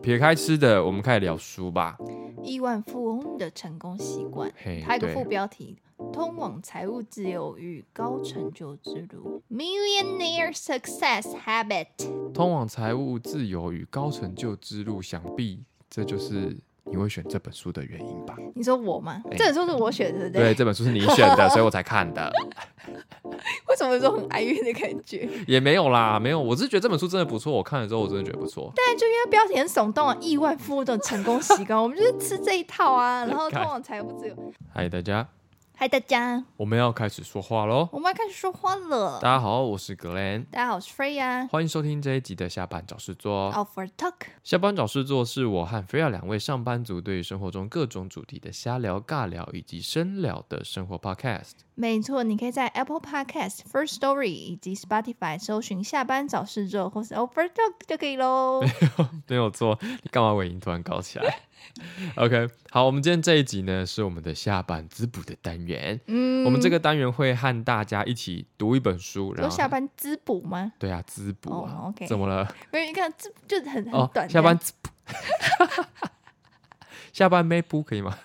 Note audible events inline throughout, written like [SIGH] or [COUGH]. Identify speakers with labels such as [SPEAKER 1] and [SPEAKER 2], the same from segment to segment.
[SPEAKER 1] 撇开吃的，我们开始聊书吧。
[SPEAKER 2] 亿万富翁的成功习惯，
[SPEAKER 1] 嘿，
[SPEAKER 2] 它有个
[SPEAKER 1] 哎对
[SPEAKER 2] 副标题：通往财务自由与高成就之路 （Millionaire Success Habit）。
[SPEAKER 1] 通往财务自由与高成就之路，想必这就是你会选这本书的原因吧？
[SPEAKER 2] 你说我吗
[SPEAKER 1] 哎？
[SPEAKER 2] 这本书是我选的，对不
[SPEAKER 1] 对，
[SPEAKER 2] 对？
[SPEAKER 1] 这本书是你选的，所以我才看的，
[SPEAKER 2] 为什么有种很哀怨的感觉？
[SPEAKER 1] 也没有啦，没有，我是觉得这本书真的不错，我看了之后我真的觉得不错。
[SPEAKER 2] 但就因为标题很耸动啊，亿万富翁的成功习
[SPEAKER 1] [LAUGHS]
[SPEAKER 2] 惯，我们就是吃这一套啊，然后通往财务自由。
[SPEAKER 1] 嗨，大家，
[SPEAKER 2] 嗨，大家，
[SPEAKER 1] 我们要开始说话喽。
[SPEAKER 2] 我们要开始说话了
[SPEAKER 1] 大。家好，我是 Glenn，
[SPEAKER 2] 大家好，我是 Freya。
[SPEAKER 1] 欢迎收听这一集的下班找事做。
[SPEAKER 2] o f f e r Talk，
[SPEAKER 1] 下班找事做是我和菲亚两位上班族对于生活中各种主题的瞎聊、尬聊以及深聊的生活 podcast。
[SPEAKER 2] 没错，你可以在 Apple Podcast、First Story 以及 Spotify 搜寻“下班找事做”或是 o f f e r Talk 就可以
[SPEAKER 1] [LAUGHS]
[SPEAKER 2] 喽。
[SPEAKER 1] 没有错，你干嘛尾音突然高起来？OK，好，我们今天这一集呢是我们的下班滋补的单元。
[SPEAKER 2] 嗯
[SPEAKER 1] 我们这个单元会和大家一起读一本书，然
[SPEAKER 2] 有
[SPEAKER 1] 后
[SPEAKER 2] 下班滋补吗？
[SPEAKER 1] 对啊，滋补啊、
[SPEAKER 2] 哦，OK
[SPEAKER 1] 怎么了？
[SPEAKER 2] 没有，你看这就很很
[SPEAKER 1] 哦
[SPEAKER 2] 短、，
[SPEAKER 1] 下班滋补， [LAUGHS] 下班妹布可以吗？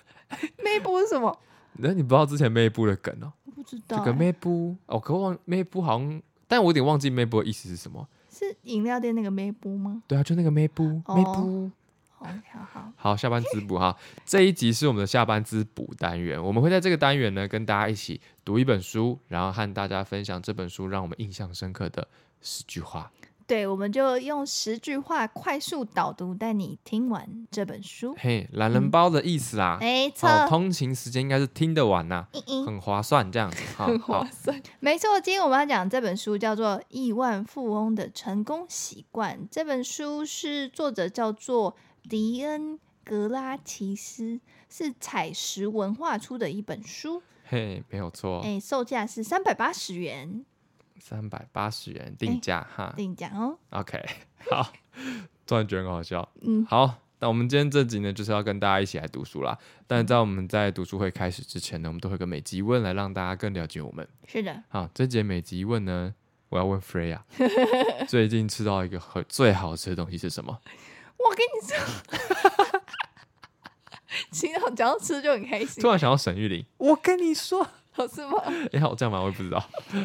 [SPEAKER 2] 没补是什么？
[SPEAKER 1] 那你不知道之前妹布的梗哦，
[SPEAKER 2] 我不知道、
[SPEAKER 1] 这个
[SPEAKER 2] 欸，
[SPEAKER 1] 妹布哦，可我忘妹布好像，但我有点忘记妹布的意思是什么。
[SPEAKER 2] 是饮料店那个没补吗？
[SPEAKER 1] 对啊，就那个妹布，
[SPEAKER 2] 哦
[SPEAKER 1] 妹布。
[SPEAKER 2] 哦，好好，
[SPEAKER 1] 好，下班滋补哈，这一集是我们的下班滋补单元，我们会在这个单元呢跟大家一起读一本书，然后和大家分享这本书让我们印象深刻的十句话。
[SPEAKER 2] 对，我们就用十句话快速导读，带你听完这本书。
[SPEAKER 1] 嘿，懒人包的意思啦，
[SPEAKER 2] 没错，
[SPEAKER 1] 哦，通勤时间应该是听得完呐、
[SPEAKER 2] 嗯嗯
[SPEAKER 1] 很划算这样子哈。
[SPEAKER 2] 很
[SPEAKER 1] 好
[SPEAKER 2] 划算。 [LAUGHS] 没错，今天我们要讲这本书叫做《亿万富翁的成功习惯》。这本书是作者叫做迪恩·格拉奇斯，是采石文化出的一本书。
[SPEAKER 1] 嘿，没有错，
[SPEAKER 2] 哎，售价是三百八十元，
[SPEAKER 1] 三百八十元定价、哈。
[SPEAKER 2] 跟你讲哦。
[SPEAKER 1] OK，好， [LAUGHS] 突然觉得很好笑。
[SPEAKER 2] 嗯，
[SPEAKER 1] 好，那我们今天这集呢，就是要跟大家一起来读书啦。但在我们在读书会开始之前呢，我们都会有个每集问来让大家更了解我们。
[SPEAKER 2] 是
[SPEAKER 1] [LAUGHS]
[SPEAKER 2] 的，
[SPEAKER 1] 好，这节每集问呢，我要问 [LAUGHS] Freya，最近吃到一个很最好吃的东西是什么？
[SPEAKER 2] 我跟你说。 [LAUGHS] 其实讲到吃就很开心
[SPEAKER 1] 突，然想到沈玉琳，我跟你 [LAUGHS] 说，
[SPEAKER 2] 好是吗？
[SPEAKER 1] 哎、好这样吗？我也不知道。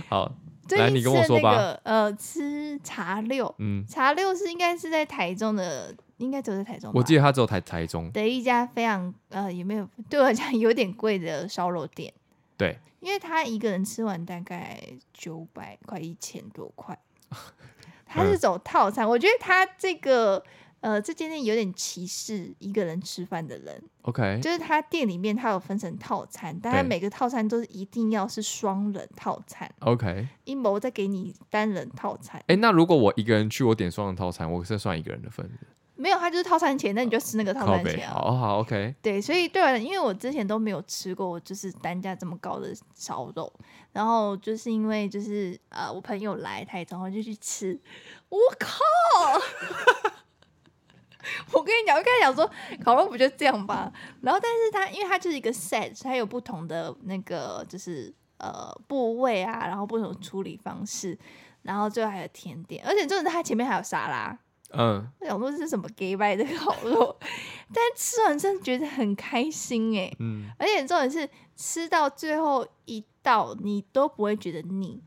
[SPEAKER 1] 好，
[SPEAKER 2] 最
[SPEAKER 1] 来
[SPEAKER 2] 近
[SPEAKER 1] 你跟
[SPEAKER 2] 吃
[SPEAKER 1] 我
[SPEAKER 2] 的
[SPEAKER 1] 说
[SPEAKER 2] 那
[SPEAKER 1] 吧
[SPEAKER 2] 个呃，吃茶六，
[SPEAKER 1] 嗯，
[SPEAKER 2] 茶六是应该是在台中的，应该只有在台中吧。
[SPEAKER 1] 我记得他只有台台中，
[SPEAKER 2] 的一家非常呃，也没有对我来讲有点贵的烧肉店，
[SPEAKER 1] 对，
[SPEAKER 2] 因为他一个人吃完大概九百块，一千多块。
[SPEAKER 1] [LAUGHS]
[SPEAKER 2] 他是走套餐，我觉得他这个呃，这间店有点歧视一个人吃饭的人，
[SPEAKER 1] OK，
[SPEAKER 2] 就是他店里面他有分成套餐，但他
[SPEAKER 1] 嗯对
[SPEAKER 2] 每个套餐都是一定要是双人套餐，
[SPEAKER 1] OK，哎、
[SPEAKER 2] 阴谋再给你单人套餐，
[SPEAKER 1] 那如果我一个人去，我点双人套餐，我是算一个人的份子，
[SPEAKER 2] 没有他就是套餐钱，那你就吃那个套
[SPEAKER 1] 靠
[SPEAKER 2] 餐
[SPEAKER 1] 北，
[SPEAKER 2] 钱啊。
[SPEAKER 1] 好好 OK，
[SPEAKER 2] 对，所以对我来，因为我之前都没有吃过，就是单价这么高的烧肉，然后就是因为就是呃，我朋友来台中，我就去吃，我靠！ [LAUGHS] 我跟你讲，我跟他讲说，烤肉不就这样吧？然后，但是它因为它就是一个 set，它有不同的那个就是呃部位啊，然后不同的处理方式，然后最后还有甜点，而且重点是它前面还有沙拉。
[SPEAKER 1] 嗯，
[SPEAKER 2] 我想说这是什么 gay 拜的烤肉， [LAUGHS] 但吃完真的觉得很开心哎、
[SPEAKER 1] 嗯
[SPEAKER 2] 而且重点是吃到最后一道你都不会觉得腻，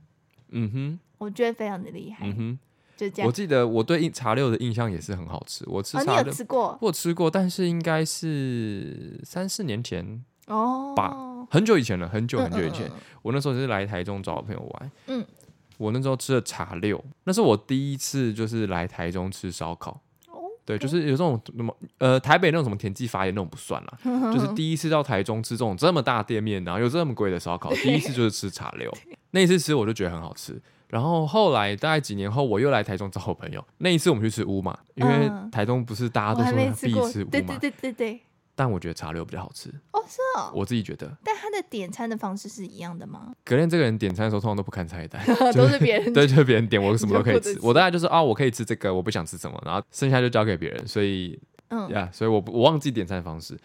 [SPEAKER 1] 嗯哼
[SPEAKER 2] 我觉得非常的厉害，
[SPEAKER 1] 嗯
[SPEAKER 2] 就哎这
[SPEAKER 1] 哼，我
[SPEAKER 2] 样。
[SPEAKER 1] 记得我对印茶六的印象也是很好吃，我吃
[SPEAKER 2] 哦，你
[SPEAKER 1] 茶
[SPEAKER 2] 有
[SPEAKER 1] 六、
[SPEAKER 2] 吃过
[SPEAKER 1] 我有吃过，但是应该是三四年前，
[SPEAKER 2] 哦？
[SPEAKER 1] 吧很久以前了，很久
[SPEAKER 2] 嗯
[SPEAKER 1] 很久以前，
[SPEAKER 2] 嗯
[SPEAKER 1] 我那时候就是来台中找我朋友玩，
[SPEAKER 2] 嗯，
[SPEAKER 1] 我那时候吃了茶六，那是我第一次就是来台中吃烧烤。
[SPEAKER 2] 哦
[SPEAKER 1] 对，就是有这种什么呃，台北那种什么田记法也那种不算啦，就是第一次到台中吃这种这么大店面，然后又这么贵的烧烤，第一次就是吃
[SPEAKER 2] [LAUGHS]
[SPEAKER 1] 茶六。那一次吃我就觉得很好吃，然后后来大概几年后我又来台中找我朋友，那一次我们去吃乌马，因为
[SPEAKER 2] 嗯
[SPEAKER 1] 台中不是大家
[SPEAKER 2] 我
[SPEAKER 1] 都
[SPEAKER 2] 还没
[SPEAKER 1] 说
[SPEAKER 2] 吃
[SPEAKER 1] 必
[SPEAKER 2] 过，
[SPEAKER 1] 吃乌
[SPEAKER 2] 对
[SPEAKER 1] 马
[SPEAKER 2] 对，对对对，
[SPEAKER 1] 但我觉得茶六比较好吃，
[SPEAKER 2] 哦是哦，
[SPEAKER 1] 我自己觉得。
[SPEAKER 2] 但它的点餐的方式是一样的
[SPEAKER 1] [LAUGHS]
[SPEAKER 2] 吗？
[SPEAKER 1] 格练这个人点餐的时候通常都不看菜
[SPEAKER 2] [LAUGHS]
[SPEAKER 1] 单，
[SPEAKER 2] 都是别人
[SPEAKER 1] 对，就是别人点我什么都可以
[SPEAKER 2] 你就顾
[SPEAKER 1] 吃
[SPEAKER 2] 着，吃
[SPEAKER 1] 我大概就是啊、我可以吃这个，我不想吃什么，然后剩下就交给别人，所以
[SPEAKER 2] 嗯，
[SPEAKER 1] 呀所以我不我忘记点餐方式，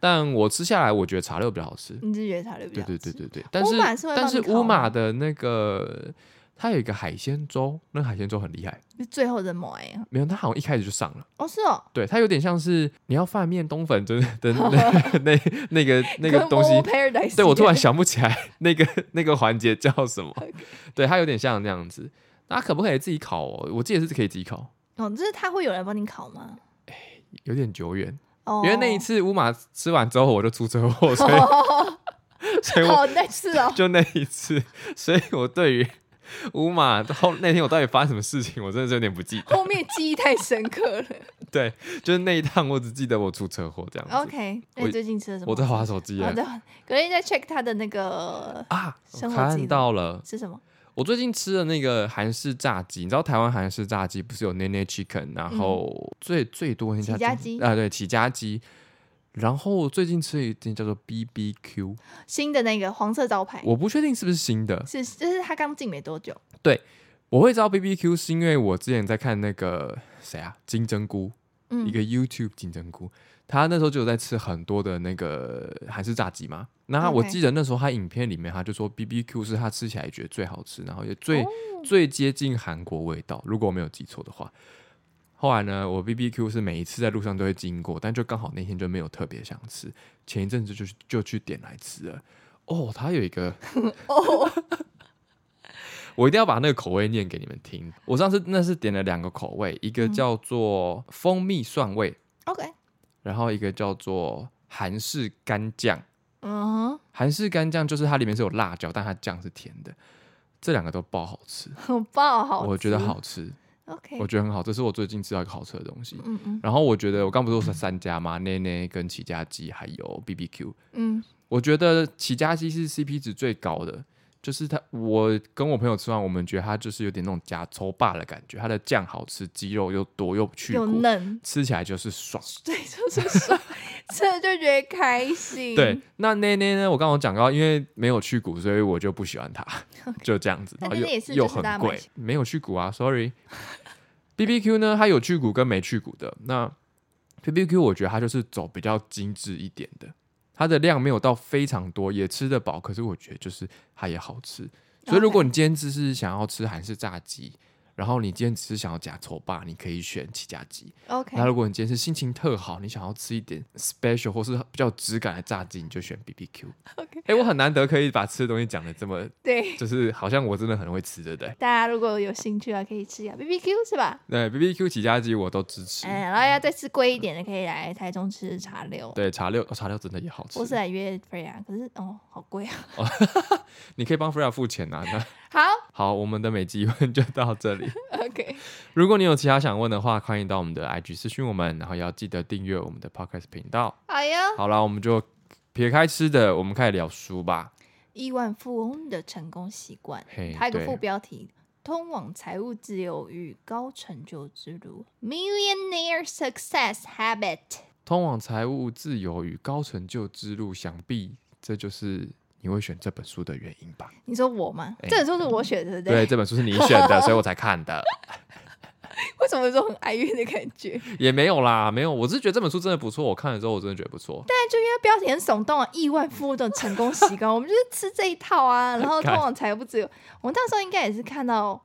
[SPEAKER 1] 但我吃下来我觉得茶六比较好吃。
[SPEAKER 2] 你是觉得茶六比
[SPEAKER 1] 对
[SPEAKER 2] 较
[SPEAKER 1] 对
[SPEAKER 2] 好
[SPEAKER 1] 对
[SPEAKER 2] 吃？
[SPEAKER 1] 对对，但是
[SPEAKER 2] 马是会
[SPEAKER 1] 但
[SPEAKER 2] 帮
[SPEAKER 1] 是
[SPEAKER 2] 你烤
[SPEAKER 1] 乌马
[SPEAKER 2] 吗
[SPEAKER 1] 的那个它有一个海鲜粥，那个海鲜粥很厉害，
[SPEAKER 2] 是最后的某哎，
[SPEAKER 1] 没有，它好像一开始就上了。
[SPEAKER 2] 哦是哦，
[SPEAKER 1] 对，它有点像是你要饭面冬粉，就是
[SPEAKER 2] [LAUGHS]
[SPEAKER 1] 的那那那个那个
[SPEAKER 2] 跟
[SPEAKER 1] 东西
[SPEAKER 2] Momo。Paradise
[SPEAKER 1] 对我突然
[SPEAKER 2] 一样
[SPEAKER 1] 想不起来那个那个环节叫什么，对，它有点像那样子。那可不可以自己烤、哦？我记得是可以自己烤，
[SPEAKER 2] 哦，就是他会有人帮你烤吗？
[SPEAKER 1] 有点久远，
[SPEAKER 2] 哦，
[SPEAKER 1] 因为那一次乌马吃完之后我就出车祸，所以
[SPEAKER 2] [LAUGHS]
[SPEAKER 1] [LAUGHS] 所以我
[SPEAKER 2] 哦那次哦，
[SPEAKER 1] 就那一次， [LAUGHS] 所以我对于乌马后那天我到底发生什么事情，我真的是有点不记得。 [LAUGHS]
[SPEAKER 2] [LAUGHS] 后面记忆太深刻了。
[SPEAKER 1] 对，就是那一趟我只记得我出车祸这样子。
[SPEAKER 2] OK，那
[SPEAKER 1] 我
[SPEAKER 2] 你最近吃了什么？
[SPEAKER 1] 我在划手机
[SPEAKER 2] 好
[SPEAKER 1] 耶
[SPEAKER 2] 的，隔天在 check 他的
[SPEAKER 1] [LAUGHS]
[SPEAKER 2] 那个
[SPEAKER 1] 啊，我
[SPEAKER 2] 生活技
[SPEAKER 1] 看
[SPEAKER 2] 能
[SPEAKER 1] 到了。
[SPEAKER 2] 是什么？
[SPEAKER 1] 我最近吃的那个韩式炸鸡，你知道台湾韩式炸鸡不是有 Nene Chicken，然后最、最多那
[SPEAKER 2] 嗯起家鸡
[SPEAKER 1] 啊、对，起家鸡。然后我最近吃了一间叫做 BBQ，
[SPEAKER 2] 新的那个黄色招牌
[SPEAKER 1] 我不确定是不是新的。
[SPEAKER 2] 是，就是他刚进没多久。
[SPEAKER 1] 我会知道 BBQ 是因为我之前在看那个谁啊，金针菇，
[SPEAKER 2] 嗯
[SPEAKER 1] 一个 YouTube 金针菇，他那时候就有在吃很多的那个韩式炸鸡嘛。那我
[SPEAKER 2] OK
[SPEAKER 1] 记得那时候他影片里面他就说 BBQ 是他吃起来觉得最好吃，然后也最、
[SPEAKER 2] 哦
[SPEAKER 1] 最接近韩国味道，如果我没有记错的话。后来呢，我 BBQ 是每一次在路上都会经过，但就刚好那天就没有特别想吃，前一阵子就去就去点来吃了。哦，它有一个
[SPEAKER 2] [LAUGHS] 哦，
[SPEAKER 1] [LAUGHS] 我一定要把那个口味念给你们听。我上次那是点了两个口味，一个
[SPEAKER 2] 嗯
[SPEAKER 1] 叫做蜂蜜蒜味，
[SPEAKER 2] OK，
[SPEAKER 1] 然后一个叫做韩式干酱。
[SPEAKER 2] 嗯
[SPEAKER 1] 韩式干酱就是它里面是有辣椒，但它酱是甜的。这两个都爆好吃，
[SPEAKER 2] 哼，很爆 [LAUGHS] 好，
[SPEAKER 1] 我觉得。好吃，
[SPEAKER 2] OK，
[SPEAKER 1] 我觉得很好，这是我最近吃到一个好吃的东西。
[SPEAKER 2] 嗯嗯
[SPEAKER 1] 然后我觉得我刚不是说三家吗？内内跟起家鸡还有 B B Q，
[SPEAKER 2] 嗯，
[SPEAKER 1] 我觉得起家鸡是 CP 值最高的，就是它，我跟我朋友吃完，我们觉得它就是有点那种夹抽霸的感觉，它的酱好吃，鸡肉又多又去
[SPEAKER 2] 又
[SPEAKER 1] 骨，
[SPEAKER 2] 嫩， [LAUGHS]
[SPEAKER 1] 吃起来就是爽。
[SPEAKER 2] 对，就是说， [LAUGHS] 这就觉得开心。
[SPEAKER 1] 对，，那那那呢？我刚刚有讲到，因为没有去骨，所以我就不喜
[SPEAKER 2] [LAUGHS]
[SPEAKER 1] 欢它，就这样子。
[SPEAKER 2] 那
[SPEAKER 1] 然后
[SPEAKER 2] 那也是
[SPEAKER 1] 又又
[SPEAKER 2] 就是大家
[SPEAKER 1] 很
[SPEAKER 2] 买
[SPEAKER 1] 贵
[SPEAKER 2] 起，
[SPEAKER 1] 没有去骨啊，sorry。B B Q 呢，它有去骨跟没去骨的。那 B B Q 我觉得它就是走比较精致一点的，它的量没有到非常多，也吃得饱，可是我觉得就是它也好吃。所以如果你今天只是想要吃韩式炸鸡，然后你今天只是想要夹丑霸，你可以选起家鸡。
[SPEAKER 2] OK，
[SPEAKER 1] 那如果你今天是心情特好，你想要吃一点 special 或是比较有质感的炸鸡，你就选 B B Q。
[SPEAKER 2] OK
[SPEAKER 1] 哎、我很难得可以把吃的东西讲的这么，
[SPEAKER 2] 对，
[SPEAKER 1] 就是好像我真的很会吃，对不对？
[SPEAKER 2] 大家如果有兴趣啊，可以吃一下 BBQ 是吧？
[SPEAKER 1] 对 B B Q 起家鸡我都支持。
[SPEAKER 2] 哎，然后要再吃贵一点的，可以来台中吃茶六。
[SPEAKER 1] 对茶六、哦茶六真的也好吃
[SPEAKER 2] 我，是来约 Freya，可是哦，好贵啊。
[SPEAKER 1] 你可以帮 Freya 付钱啊。那
[SPEAKER 2] [LAUGHS] 好
[SPEAKER 1] 好，我们的每集 [LAUGHS] 问就到这里。
[SPEAKER 2] ，OK，
[SPEAKER 1] 如果你有其他想问的话，欢迎到我们的 IG 私讯我们，然后也要记得订阅我们的 Podcast 频道。
[SPEAKER 2] 好呀。
[SPEAKER 1] 好啦，我们就撇开吃的，我们开始聊书吧。
[SPEAKER 2] 亿万富翁的成功习惯，
[SPEAKER 1] 嘿，
[SPEAKER 2] 还有个
[SPEAKER 1] 哎对
[SPEAKER 2] 副标题：通往财务自由与高成就之路 （Millionaire Success Habit）。
[SPEAKER 1] 通往财务自由与高成就之路，想必这就是你会选这本书的原因吧？
[SPEAKER 2] 你说我吗？
[SPEAKER 1] 哎
[SPEAKER 2] 这本书是我选的，对不
[SPEAKER 1] 对，
[SPEAKER 2] 对？
[SPEAKER 1] 这本书是你选的，所以我才看的，
[SPEAKER 2] [LAUGHS] 为什么说很哀怨的感觉？
[SPEAKER 1] 也没有啦，没有，我只是觉得这本书真的不错，我看了之后我真的觉得不错。
[SPEAKER 2] 但就因为标题很耸动啊，亿万富翁的成功习惯，我们就是吃这一套啊。然后通往财务自由，我们那时候应该也是看到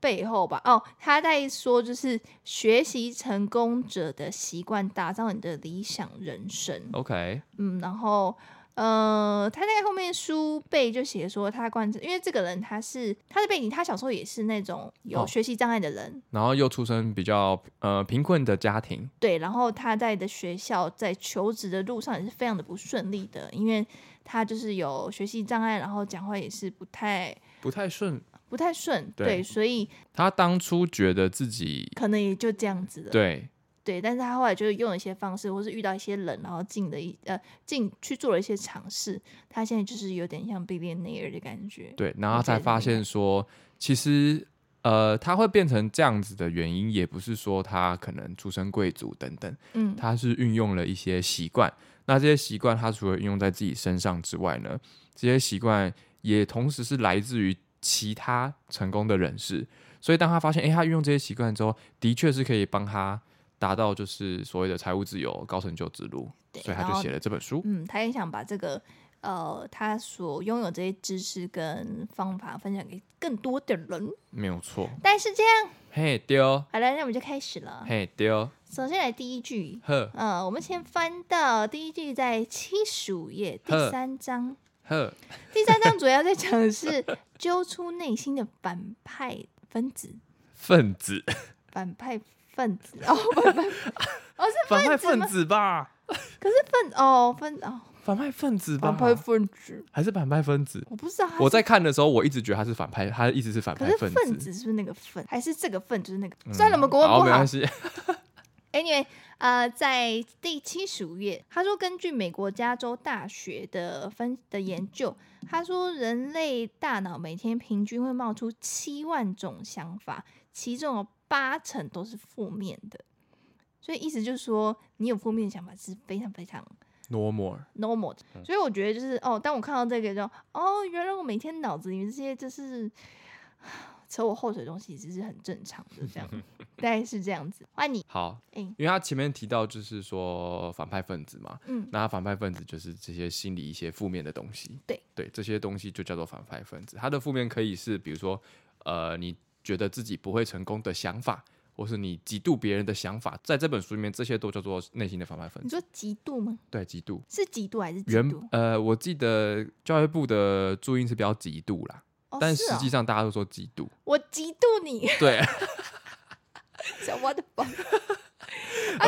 [SPEAKER 2] 背后吧？哦，他在说就是学习成功者的习惯，打造你的理想人生。
[SPEAKER 1] OK，
[SPEAKER 2] 嗯，然后呃，他在后面书背就写说他贯彻，因为这个人他是他的背景，他小时候也是那种有
[SPEAKER 1] 哦
[SPEAKER 2] 学习障碍的人，
[SPEAKER 1] 然后又出身比较呃贫困的家庭，
[SPEAKER 2] 对，然后他在的学校在求职的路上也是非常的不顺利的，因为他就是有学习障碍，然后讲话也是不太
[SPEAKER 1] 不太顺。
[SPEAKER 2] 不太顺，
[SPEAKER 1] 对
[SPEAKER 2] 对，所以
[SPEAKER 1] 他当初觉得自己
[SPEAKER 2] 可能也就这样子了，
[SPEAKER 1] 对
[SPEAKER 2] 对，但是他后来就是用了一些方式，或是遇到一些人，然后进了一呃进去做了一些尝试，他现在就是有点像 billionaire 的感觉，
[SPEAKER 1] 对，然后他
[SPEAKER 2] 我觉
[SPEAKER 1] 才
[SPEAKER 2] 得
[SPEAKER 1] 发现说，其实呃他会变成这样子的原因，也不是说他可能出身贵族等等。
[SPEAKER 2] 嗯，
[SPEAKER 1] 他是运用了一些习惯。那这些习惯，他除了运用在自己身上之外呢，这些习惯也同时是来自于其他成功的人士。所以，当他发现，诶，他运用这些习惯之后，的确是可以帮他达到就是所谓的财务自由、高成就之路。
[SPEAKER 2] 对
[SPEAKER 1] 所以，他
[SPEAKER 2] 然
[SPEAKER 1] 就
[SPEAKER 2] 后
[SPEAKER 1] 写了这本书。
[SPEAKER 2] 嗯，他也想把这个呃他所拥有这些知识跟方法分享给更多的人。
[SPEAKER 1] 没有错。
[SPEAKER 2] 但是这样，
[SPEAKER 1] 嘿丢，
[SPEAKER 2] 好了，那我们就开始了。
[SPEAKER 1] 嘿丢，
[SPEAKER 2] 首先来第一句，
[SPEAKER 1] 呵
[SPEAKER 2] 呃，我们先翻到第一句，在七十五页第
[SPEAKER 1] 呵
[SPEAKER 2] 三章。
[SPEAKER 1] 呵，
[SPEAKER 2] 第三章主要在讲的是揪出内心的反派分子，
[SPEAKER 1] 分
[SPEAKER 2] [LAUGHS]
[SPEAKER 1] 子，
[SPEAKER 2] 反派分子 [LAUGHS] 哦，反派哦是
[SPEAKER 1] 反派
[SPEAKER 2] 分子
[SPEAKER 1] 分
[SPEAKER 2] 吗
[SPEAKER 1] 子吧，
[SPEAKER 2] 可是分哦分哦
[SPEAKER 1] 反派分子吧
[SPEAKER 2] 反，派分子，
[SPEAKER 1] 还是反派分子？
[SPEAKER 2] 我不知道它
[SPEAKER 1] 我
[SPEAKER 2] 是
[SPEAKER 1] 在看的时候，我一直觉得他是反派，他一直是反
[SPEAKER 2] 可
[SPEAKER 1] 派
[SPEAKER 2] 是
[SPEAKER 1] 分
[SPEAKER 2] 分
[SPEAKER 1] 子。嗯
[SPEAKER 2] 子是不是那个分，还是这个分就是那个？算了，我们国文
[SPEAKER 1] 好，
[SPEAKER 2] 不
[SPEAKER 1] 没
[SPEAKER 2] 好
[SPEAKER 1] 关。
[SPEAKER 2] [LAUGHS]
[SPEAKER 1] 系。
[SPEAKER 2] Anyway，呃，在第七十五页，他说根据美国加州大学的分的研究，他说人类大脑每天平均会冒出七万种想法，其中有八成都是负面的。所以意思就是说，你有负面想法是非常非常
[SPEAKER 1] Normal，
[SPEAKER 2] normal 的。所以我觉得就是哦，当我看到这个就哦，原来我每天脑子里面这些就是 [SIGHS] 扯我后腿的东西，其实是很正常的，这样大概是这样子。换你，
[SPEAKER 1] 好，
[SPEAKER 2] 哎、
[SPEAKER 1] 因为他前面提到就是说反派分子嘛，
[SPEAKER 2] 嗯，
[SPEAKER 1] 那反派分子就是这些心理一些负面的东西，
[SPEAKER 2] 对
[SPEAKER 1] 对，这些东西就叫做反派分子。它的负面可以是比如说，呃，你觉得自己不会成功的想法，或是你嫉妒别人的想法，在这本书里面，这些都叫做内心的反派分
[SPEAKER 2] 你
[SPEAKER 1] 子。
[SPEAKER 2] 说极度吗？
[SPEAKER 1] 对，嫉妒。
[SPEAKER 2] 是极度还是极
[SPEAKER 1] 原
[SPEAKER 2] 度？
[SPEAKER 1] 呃，我记得教育部的注音是比较嫉妒啦，
[SPEAKER 2] 哦
[SPEAKER 1] 但
[SPEAKER 2] 是
[SPEAKER 1] 实际
[SPEAKER 2] 哦、
[SPEAKER 1] 上大家都说嫉
[SPEAKER 2] [LAUGHS]
[SPEAKER 1] 妒。
[SPEAKER 2] 我极度你， [LAUGHS]
[SPEAKER 1] 对
[SPEAKER 2] 小 what the fuck？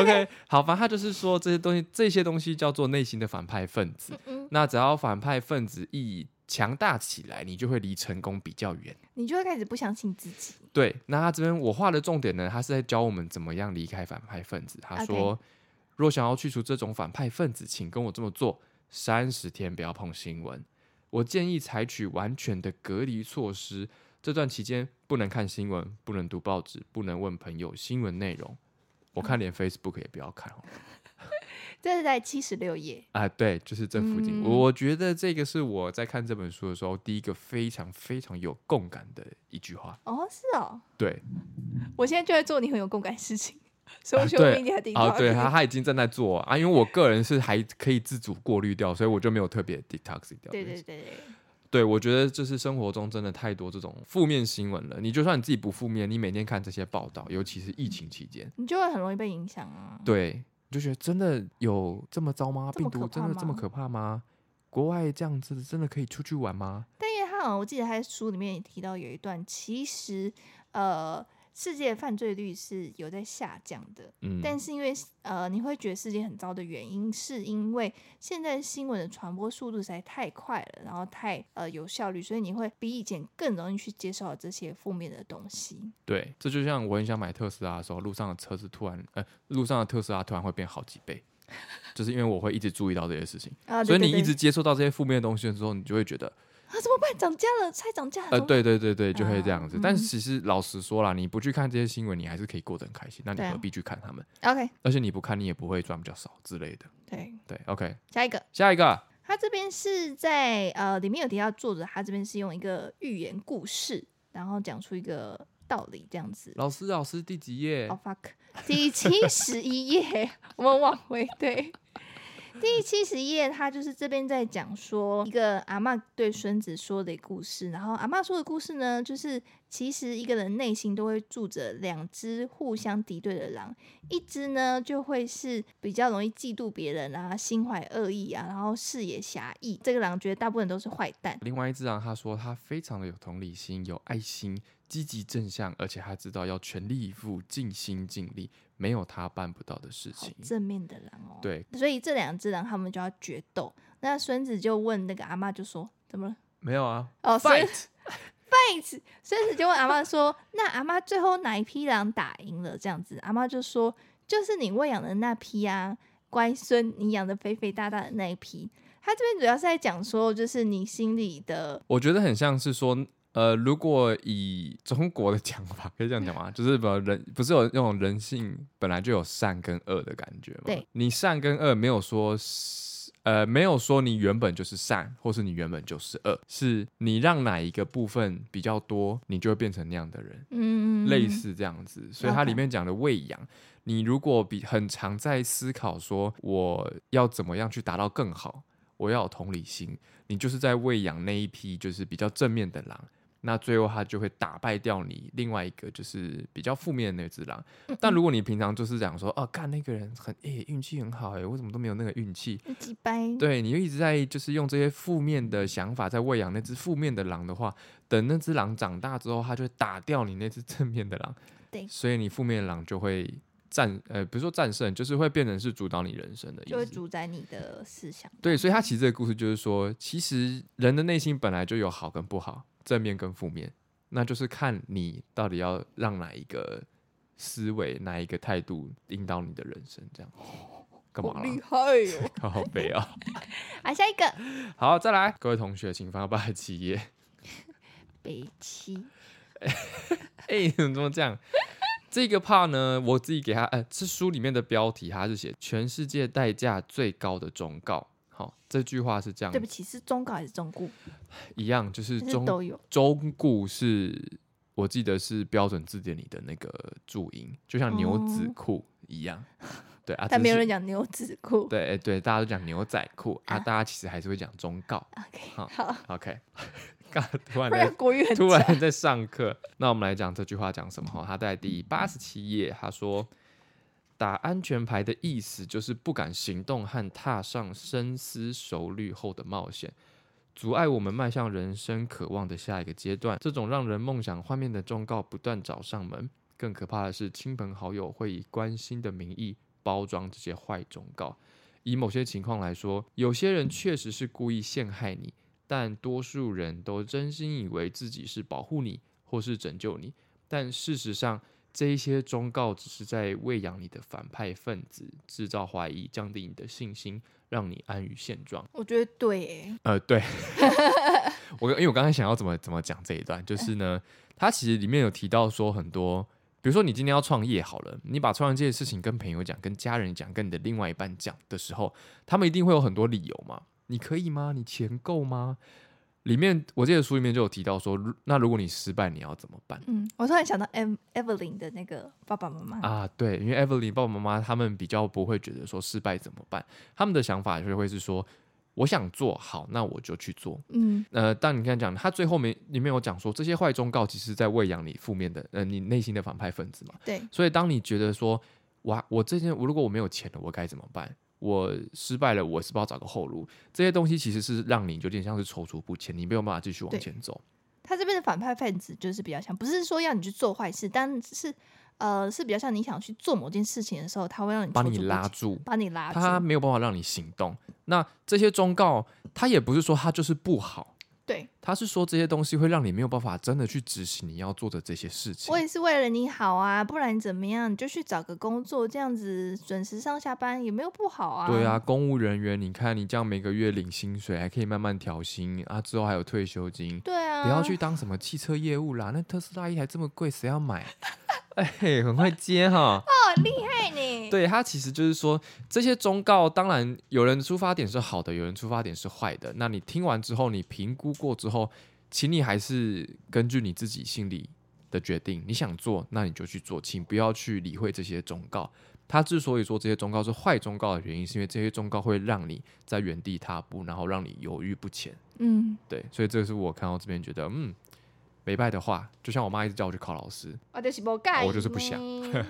[SPEAKER 1] ，OK，好，反正他就是说这些东西，这些东西叫做内心的反派分子。
[SPEAKER 2] 嗯，
[SPEAKER 1] 那只要反派分子一强大起来，你就会离成功比较远。
[SPEAKER 2] 你就会开始不相信自己。
[SPEAKER 1] 对，那他这边我画的重点呢，他是在教我们怎么样离开反派分子。他说若想要去除这种反派分子，请跟我这么做：三十天不要碰新闻。我建议采取完全的隔离措施，这段期间不能看新闻，不能读报纸，不能问朋友新闻内容。我看连 Facebook 也不要看哦。
[SPEAKER 2] 这是在七十六页，
[SPEAKER 1] 啊，对，就是这附近。
[SPEAKER 2] 嗯
[SPEAKER 1] 我我觉得这个是我在看这本书的时候第一个非常非常有共感的一句话。
[SPEAKER 2] 哦，是哦，
[SPEAKER 1] 对，
[SPEAKER 2] 我现在就在做你很有共感的事情， [LAUGHS] 所以我
[SPEAKER 1] 啊
[SPEAKER 2] 觉
[SPEAKER 1] 对
[SPEAKER 2] 得我一定还挺
[SPEAKER 1] 啊，对，他他已经正在做啊，因为我个人是还可以自主过滤掉，所以我就没有特别 detox 掉。
[SPEAKER 2] [LAUGHS] 对对对对，
[SPEAKER 1] 对，我觉得就是生活中真的太多这种负面新闻了。你就算你自己不负面，你每天看这些报道，尤其是疫情期间，
[SPEAKER 2] 你就会很容易被影响啊。
[SPEAKER 1] 对，你就觉得真的有这么糟吗？
[SPEAKER 2] 这么
[SPEAKER 1] 病
[SPEAKER 2] 可
[SPEAKER 1] 毒
[SPEAKER 2] 怕
[SPEAKER 1] 真的这么
[SPEAKER 2] 吗
[SPEAKER 1] 可怕吗？国外这样子真的可以出去玩吗？
[SPEAKER 2] 但因为他好像我记得他在书里面也提到有一段，其实呃，世界犯罪率是有在下降的，
[SPEAKER 1] 嗯，
[SPEAKER 2] 但是因为呃，你会觉得世界很糟的原因，是因为现在新闻的传播速度实在太快了，然后太呃有效率，所以你会比以前更容易去接受到这些负面的东西。
[SPEAKER 1] 对，这就像我很想买特斯拉的时候，路上的车子突然，呃，路上的特斯拉突然会变好几倍，就是因为我会一直注意到这些事情，
[SPEAKER 2] 啊，
[SPEAKER 1] 所
[SPEAKER 2] 对
[SPEAKER 1] 以你
[SPEAKER 2] 对
[SPEAKER 1] 一
[SPEAKER 2] 对
[SPEAKER 1] 直接受到这些负面的东西的时候，你就会觉得，
[SPEAKER 2] 啊怎么办？涨价了，菜涨价了，
[SPEAKER 1] 呃，
[SPEAKER 2] 怎么
[SPEAKER 1] 对对对对，就会这样子。但是
[SPEAKER 2] 啊嗯
[SPEAKER 1] 其实老实说啦，你不去看这些新闻，你还是可以过得很开心，那你
[SPEAKER 2] 对啊
[SPEAKER 1] 何必去看他们？
[SPEAKER 2] 办，OK，
[SPEAKER 1] 而且你不看，你也不会赚比较少之类的。
[SPEAKER 2] 对，
[SPEAKER 1] 对，OK，
[SPEAKER 2] 下一个。
[SPEAKER 1] 下一个，
[SPEAKER 2] 他这边是在呃，里面有提到作者，他这边是用一个寓言故事，然后讲出一个道理这样子。
[SPEAKER 1] 老师，老师第几页？
[SPEAKER 2] 哦、fuck，第七十一页， [LAUGHS] 我们往回对。第七十页，他就是这边在讲说一个阿嬷对孙子说的故事，然后阿嬷说的故事呢，就是其实一个人内心都会住着两只互相敌对的狼，一只呢就会是比较容易嫉妒别人啊，心怀恶意啊，然后视野狭义，这个狼觉得大部分都是坏蛋，
[SPEAKER 1] 另外一只啊狼，他说他非常的有同理心、有爱心、积极正向，而且他知道要全力以赴、尽心尽力，没有他办不到的事
[SPEAKER 2] 好
[SPEAKER 1] 情。
[SPEAKER 2] 正面的狼哦。
[SPEAKER 1] 对，
[SPEAKER 2] 所以这两只狼他们就要决斗。那孙子就问那个阿嬷就说：“怎么了？”
[SPEAKER 1] 没有啊 [LAUGHS]
[SPEAKER 2] 哦，孙
[SPEAKER 1] ，fight，
[SPEAKER 2] 孙 [LAUGHS] 子就问阿嬷说：“那阿嬷最后哪一批狼打赢了？”这样子，阿嬷就说：“就是你喂养的那批啊，乖孙，你养的肥肥大大的那一批。”他这边主要是在讲说，就是你心里的
[SPEAKER 1] 我觉得很像是说，呃，如果以中国的讲法，可以这样讲吗？就是把人不是有那种人性本来就有善跟恶的感觉吗？
[SPEAKER 2] 对，
[SPEAKER 1] 你善跟恶没有说是，呃，没有说你原本就是善，或是你原本就是恶，是你让哪一个部分比较多，你就会变成那样的人。
[SPEAKER 2] 嗯
[SPEAKER 1] 类似这样子，所以它
[SPEAKER 2] OK
[SPEAKER 1] 里面讲的喂养，你如果比很常在思考说我要怎么样去达到更好，我要有同理心，你就是在喂养那一批就是比较正面的狼，那最后它就会打败掉你另外一个就是比较负面的那只狼。
[SPEAKER 2] 嗯
[SPEAKER 1] 但如果你平常就是讲说，哦、干那个人很诶运气很好诶、我怎么都没有那个运气？
[SPEAKER 2] 几掰，
[SPEAKER 1] 对，你就一直在就是用这些负面的想法在喂养那只负面的狼的话，等那只狼长大之后，它就会打掉你那只正面的狼。
[SPEAKER 2] [LAUGHS] 对
[SPEAKER 1] 所以你负面的狼就会战，呃，不是说战胜，就是会变成是主导你人生的
[SPEAKER 2] 就会
[SPEAKER 1] 意思。
[SPEAKER 2] 主宰你的思想。
[SPEAKER 1] 对，所以他其实这个故事就是说，其实人的内心本来就有好跟不好，正面跟负面，那就是看你到底要让哪一个思维、哪一个态度引导你的人生，这样。干嘛
[SPEAKER 2] 好厉
[SPEAKER 1] 啦？ [LAUGHS]
[SPEAKER 2] 害哟！
[SPEAKER 1] 好悲啊！
[SPEAKER 2] 啊，下一个
[SPEAKER 1] 好，再来，各位同学，请翻到八十七页。
[SPEAKER 2] 北七，
[SPEAKER 1] [LAUGHS] 嗯哎、你怎么这么这样？这个 part 呢，我自己给他，呃，是书里面的标题，它是写“全世界代价最高的忠告”。好，这句话是这样
[SPEAKER 2] 对，不起，是忠告还是忠固？
[SPEAKER 1] 一样就是
[SPEAKER 2] 就是
[SPEAKER 1] 忠
[SPEAKER 2] 都有。
[SPEAKER 1] 忠固是，我记得是标准字典里的那个注音，就像牛仔
[SPEAKER 2] 哦
[SPEAKER 1] 裤一样。对啊，
[SPEAKER 2] 但
[SPEAKER 1] 只
[SPEAKER 2] 没有
[SPEAKER 1] 是
[SPEAKER 2] 人讲牛仔裤。
[SPEAKER 1] 对哎对，大家都讲牛仔裤啊
[SPEAKER 2] 啊
[SPEAKER 1] 大家其实还是会讲忠告。
[SPEAKER 2] OK，
[SPEAKER 1] 好
[SPEAKER 2] 好， [LAUGHS]
[SPEAKER 1] OK，刚才突然
[SPEAKER 2] 不
[SPEAKER 1] 在
[SPEAKER 2] 然国语很
[SPEAKER 1] 突
[SPEAKER 2] 差。
[SPEAKER 1] 然在上课。那我们来讲这句话讲什么？哈，他在第八十七页，他说：“打安全牌的意思就是不敢行动和踏上深思熟虑后的冒险，阻碍我们迈向人生渴望的下一个阶段。这种让人梦想幻灭的忠告不断找上门。更可怕的是，亲朋好友会以关心的名义包装这些坏忠告。”以某些情况来说，有些人确实是故意陷害你，但多数人都真心以为自己是保护你或是拯救你，但事实上，这一些忠告只是在喂养你的反派分子，制造怀疑，降低你的信心，让你安于现状。
[SPEAKER 2] 我觉得对耶，
[SPEAKER 1] 呃，对， [LAUGHS] 我因为我刚才想要怎么怎么讲这一段，就是呢，它其实里面有提到说很多，比如说你今天要创业好了，你把创业这件事情跟朋友讲、跟家人讲、跟你的另外一半讲的时候，他们一定会有很多理由嘛，你可以吗？你钱够吗？里面我记得书里面就有提到说，如那如果你失败，你要怎么办？
[SPEAKER 2] 嗯，我突然想到 Ev Evelyn 的那个爸爸妈妈，
[SPEAKER 1] 啊，对，因为 Evelyn 爸爸妈妈他们比较不会觉得说失败怎么办，他们的想法就会是说，我想做好，那我就去做，
[SPEAKER 2] 嗯，
[SPEAKER 1] 呃，但你刚才讲，他最后面里面有讲说，这些坏忠告其实在喂养你负面的，呃，你内心的反派分子嘛。
[SPEAKER 2] 对，
[SPEAKER 1] 所以当你觉得说，哇，我这件，我如果我没有钱了，我该怎么办？我失败了，我是不是要找个后路？这些东西其实是让你有点像是踌躇不前，你没有办法继续往
[SPEAKER 2] 对
[SPEAKER 1] 前走。
[SPEAKER 2] 他这边的反派分子就是比较像，不是说要你去做坏事，但是呃，是比较像你想去做某件事情的时候，他会让你
[SPEAKER 1] 把
[SPEAKER 2] 踌
[SPEAKER 1] 你
[SPEAKER 2] 躇不
[SPEAKER 1] 拉
[SPEAKER 2] 前，
[SPEAKER 1] 住，
[SPEAKER 2] 把你拉
[SPEAKER 1] 他
[SPEAKER 2] 住，
[SPEAKER 1] 没有办法让你行动。那这些忠告，他也不是说他就是不好，
[SPEAKER 2] 对
[SPEAKER 1] 他是说这些东西会让你没有办法真的去执行你要做的这些事情
[SPEAKER 2] 我。也是为了你好啊，不然怎么样？你就去找个工作，这样子准时上下班也没有不好啊。
[SPEAKER 1] 对啊，，公务人员，你看你这样每个月领薪水，还可以慢慢调薪啊，之后还有退休金，
[SPEAKER 2] 对啊，
[SPEAKER 1] 不要去当什么汽车业务啦。那特斯拉一台这么贵，谁要买？ [LAUGHS] 哎，很会接哈。
[SPEAKER 2] 哦害你。
[SPEAKER 1] 对他其实就是说，这些忠告，当然有人出发点是好的，有人出发点是坏的。那你听完之后，你评估过之后，请你还是根据你自己心里的决定，你想做那你就去做，请不要去理会这些忠告。他之所以说这些忠告是坏忠告的原因，是因为这些忠告会让你在原地踏步，然后让你犹豫不前。
[SPEAKER 2] 嗯，
[SPEAKER 1] 对，所以这是我看到这边觉得，嗯，没败的话，就像我妈一直叫我去考老师， [LAUGHS]
[SPEAKER 2] 我就是不介意
[SPEAKER 1] 哦我就是不想
[SPEAKER 2] 呢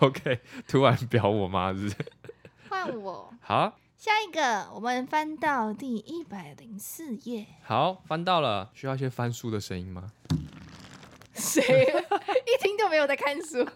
[SPEAKER 1] OK，突然 [LAUGHS] 表我妈是不是
[SPEAKER 2] [LAUGHS] 换我
[SPEAKER 1] 好。
[SPEAKER 2] 下一个，我们翻到第一百零四页。
[SPEAKER 1] 好，翻到了，需要一些翻书的声音吗？
[SPEAKER 2] 谁 [LAUGHS] 一听就没有在看书？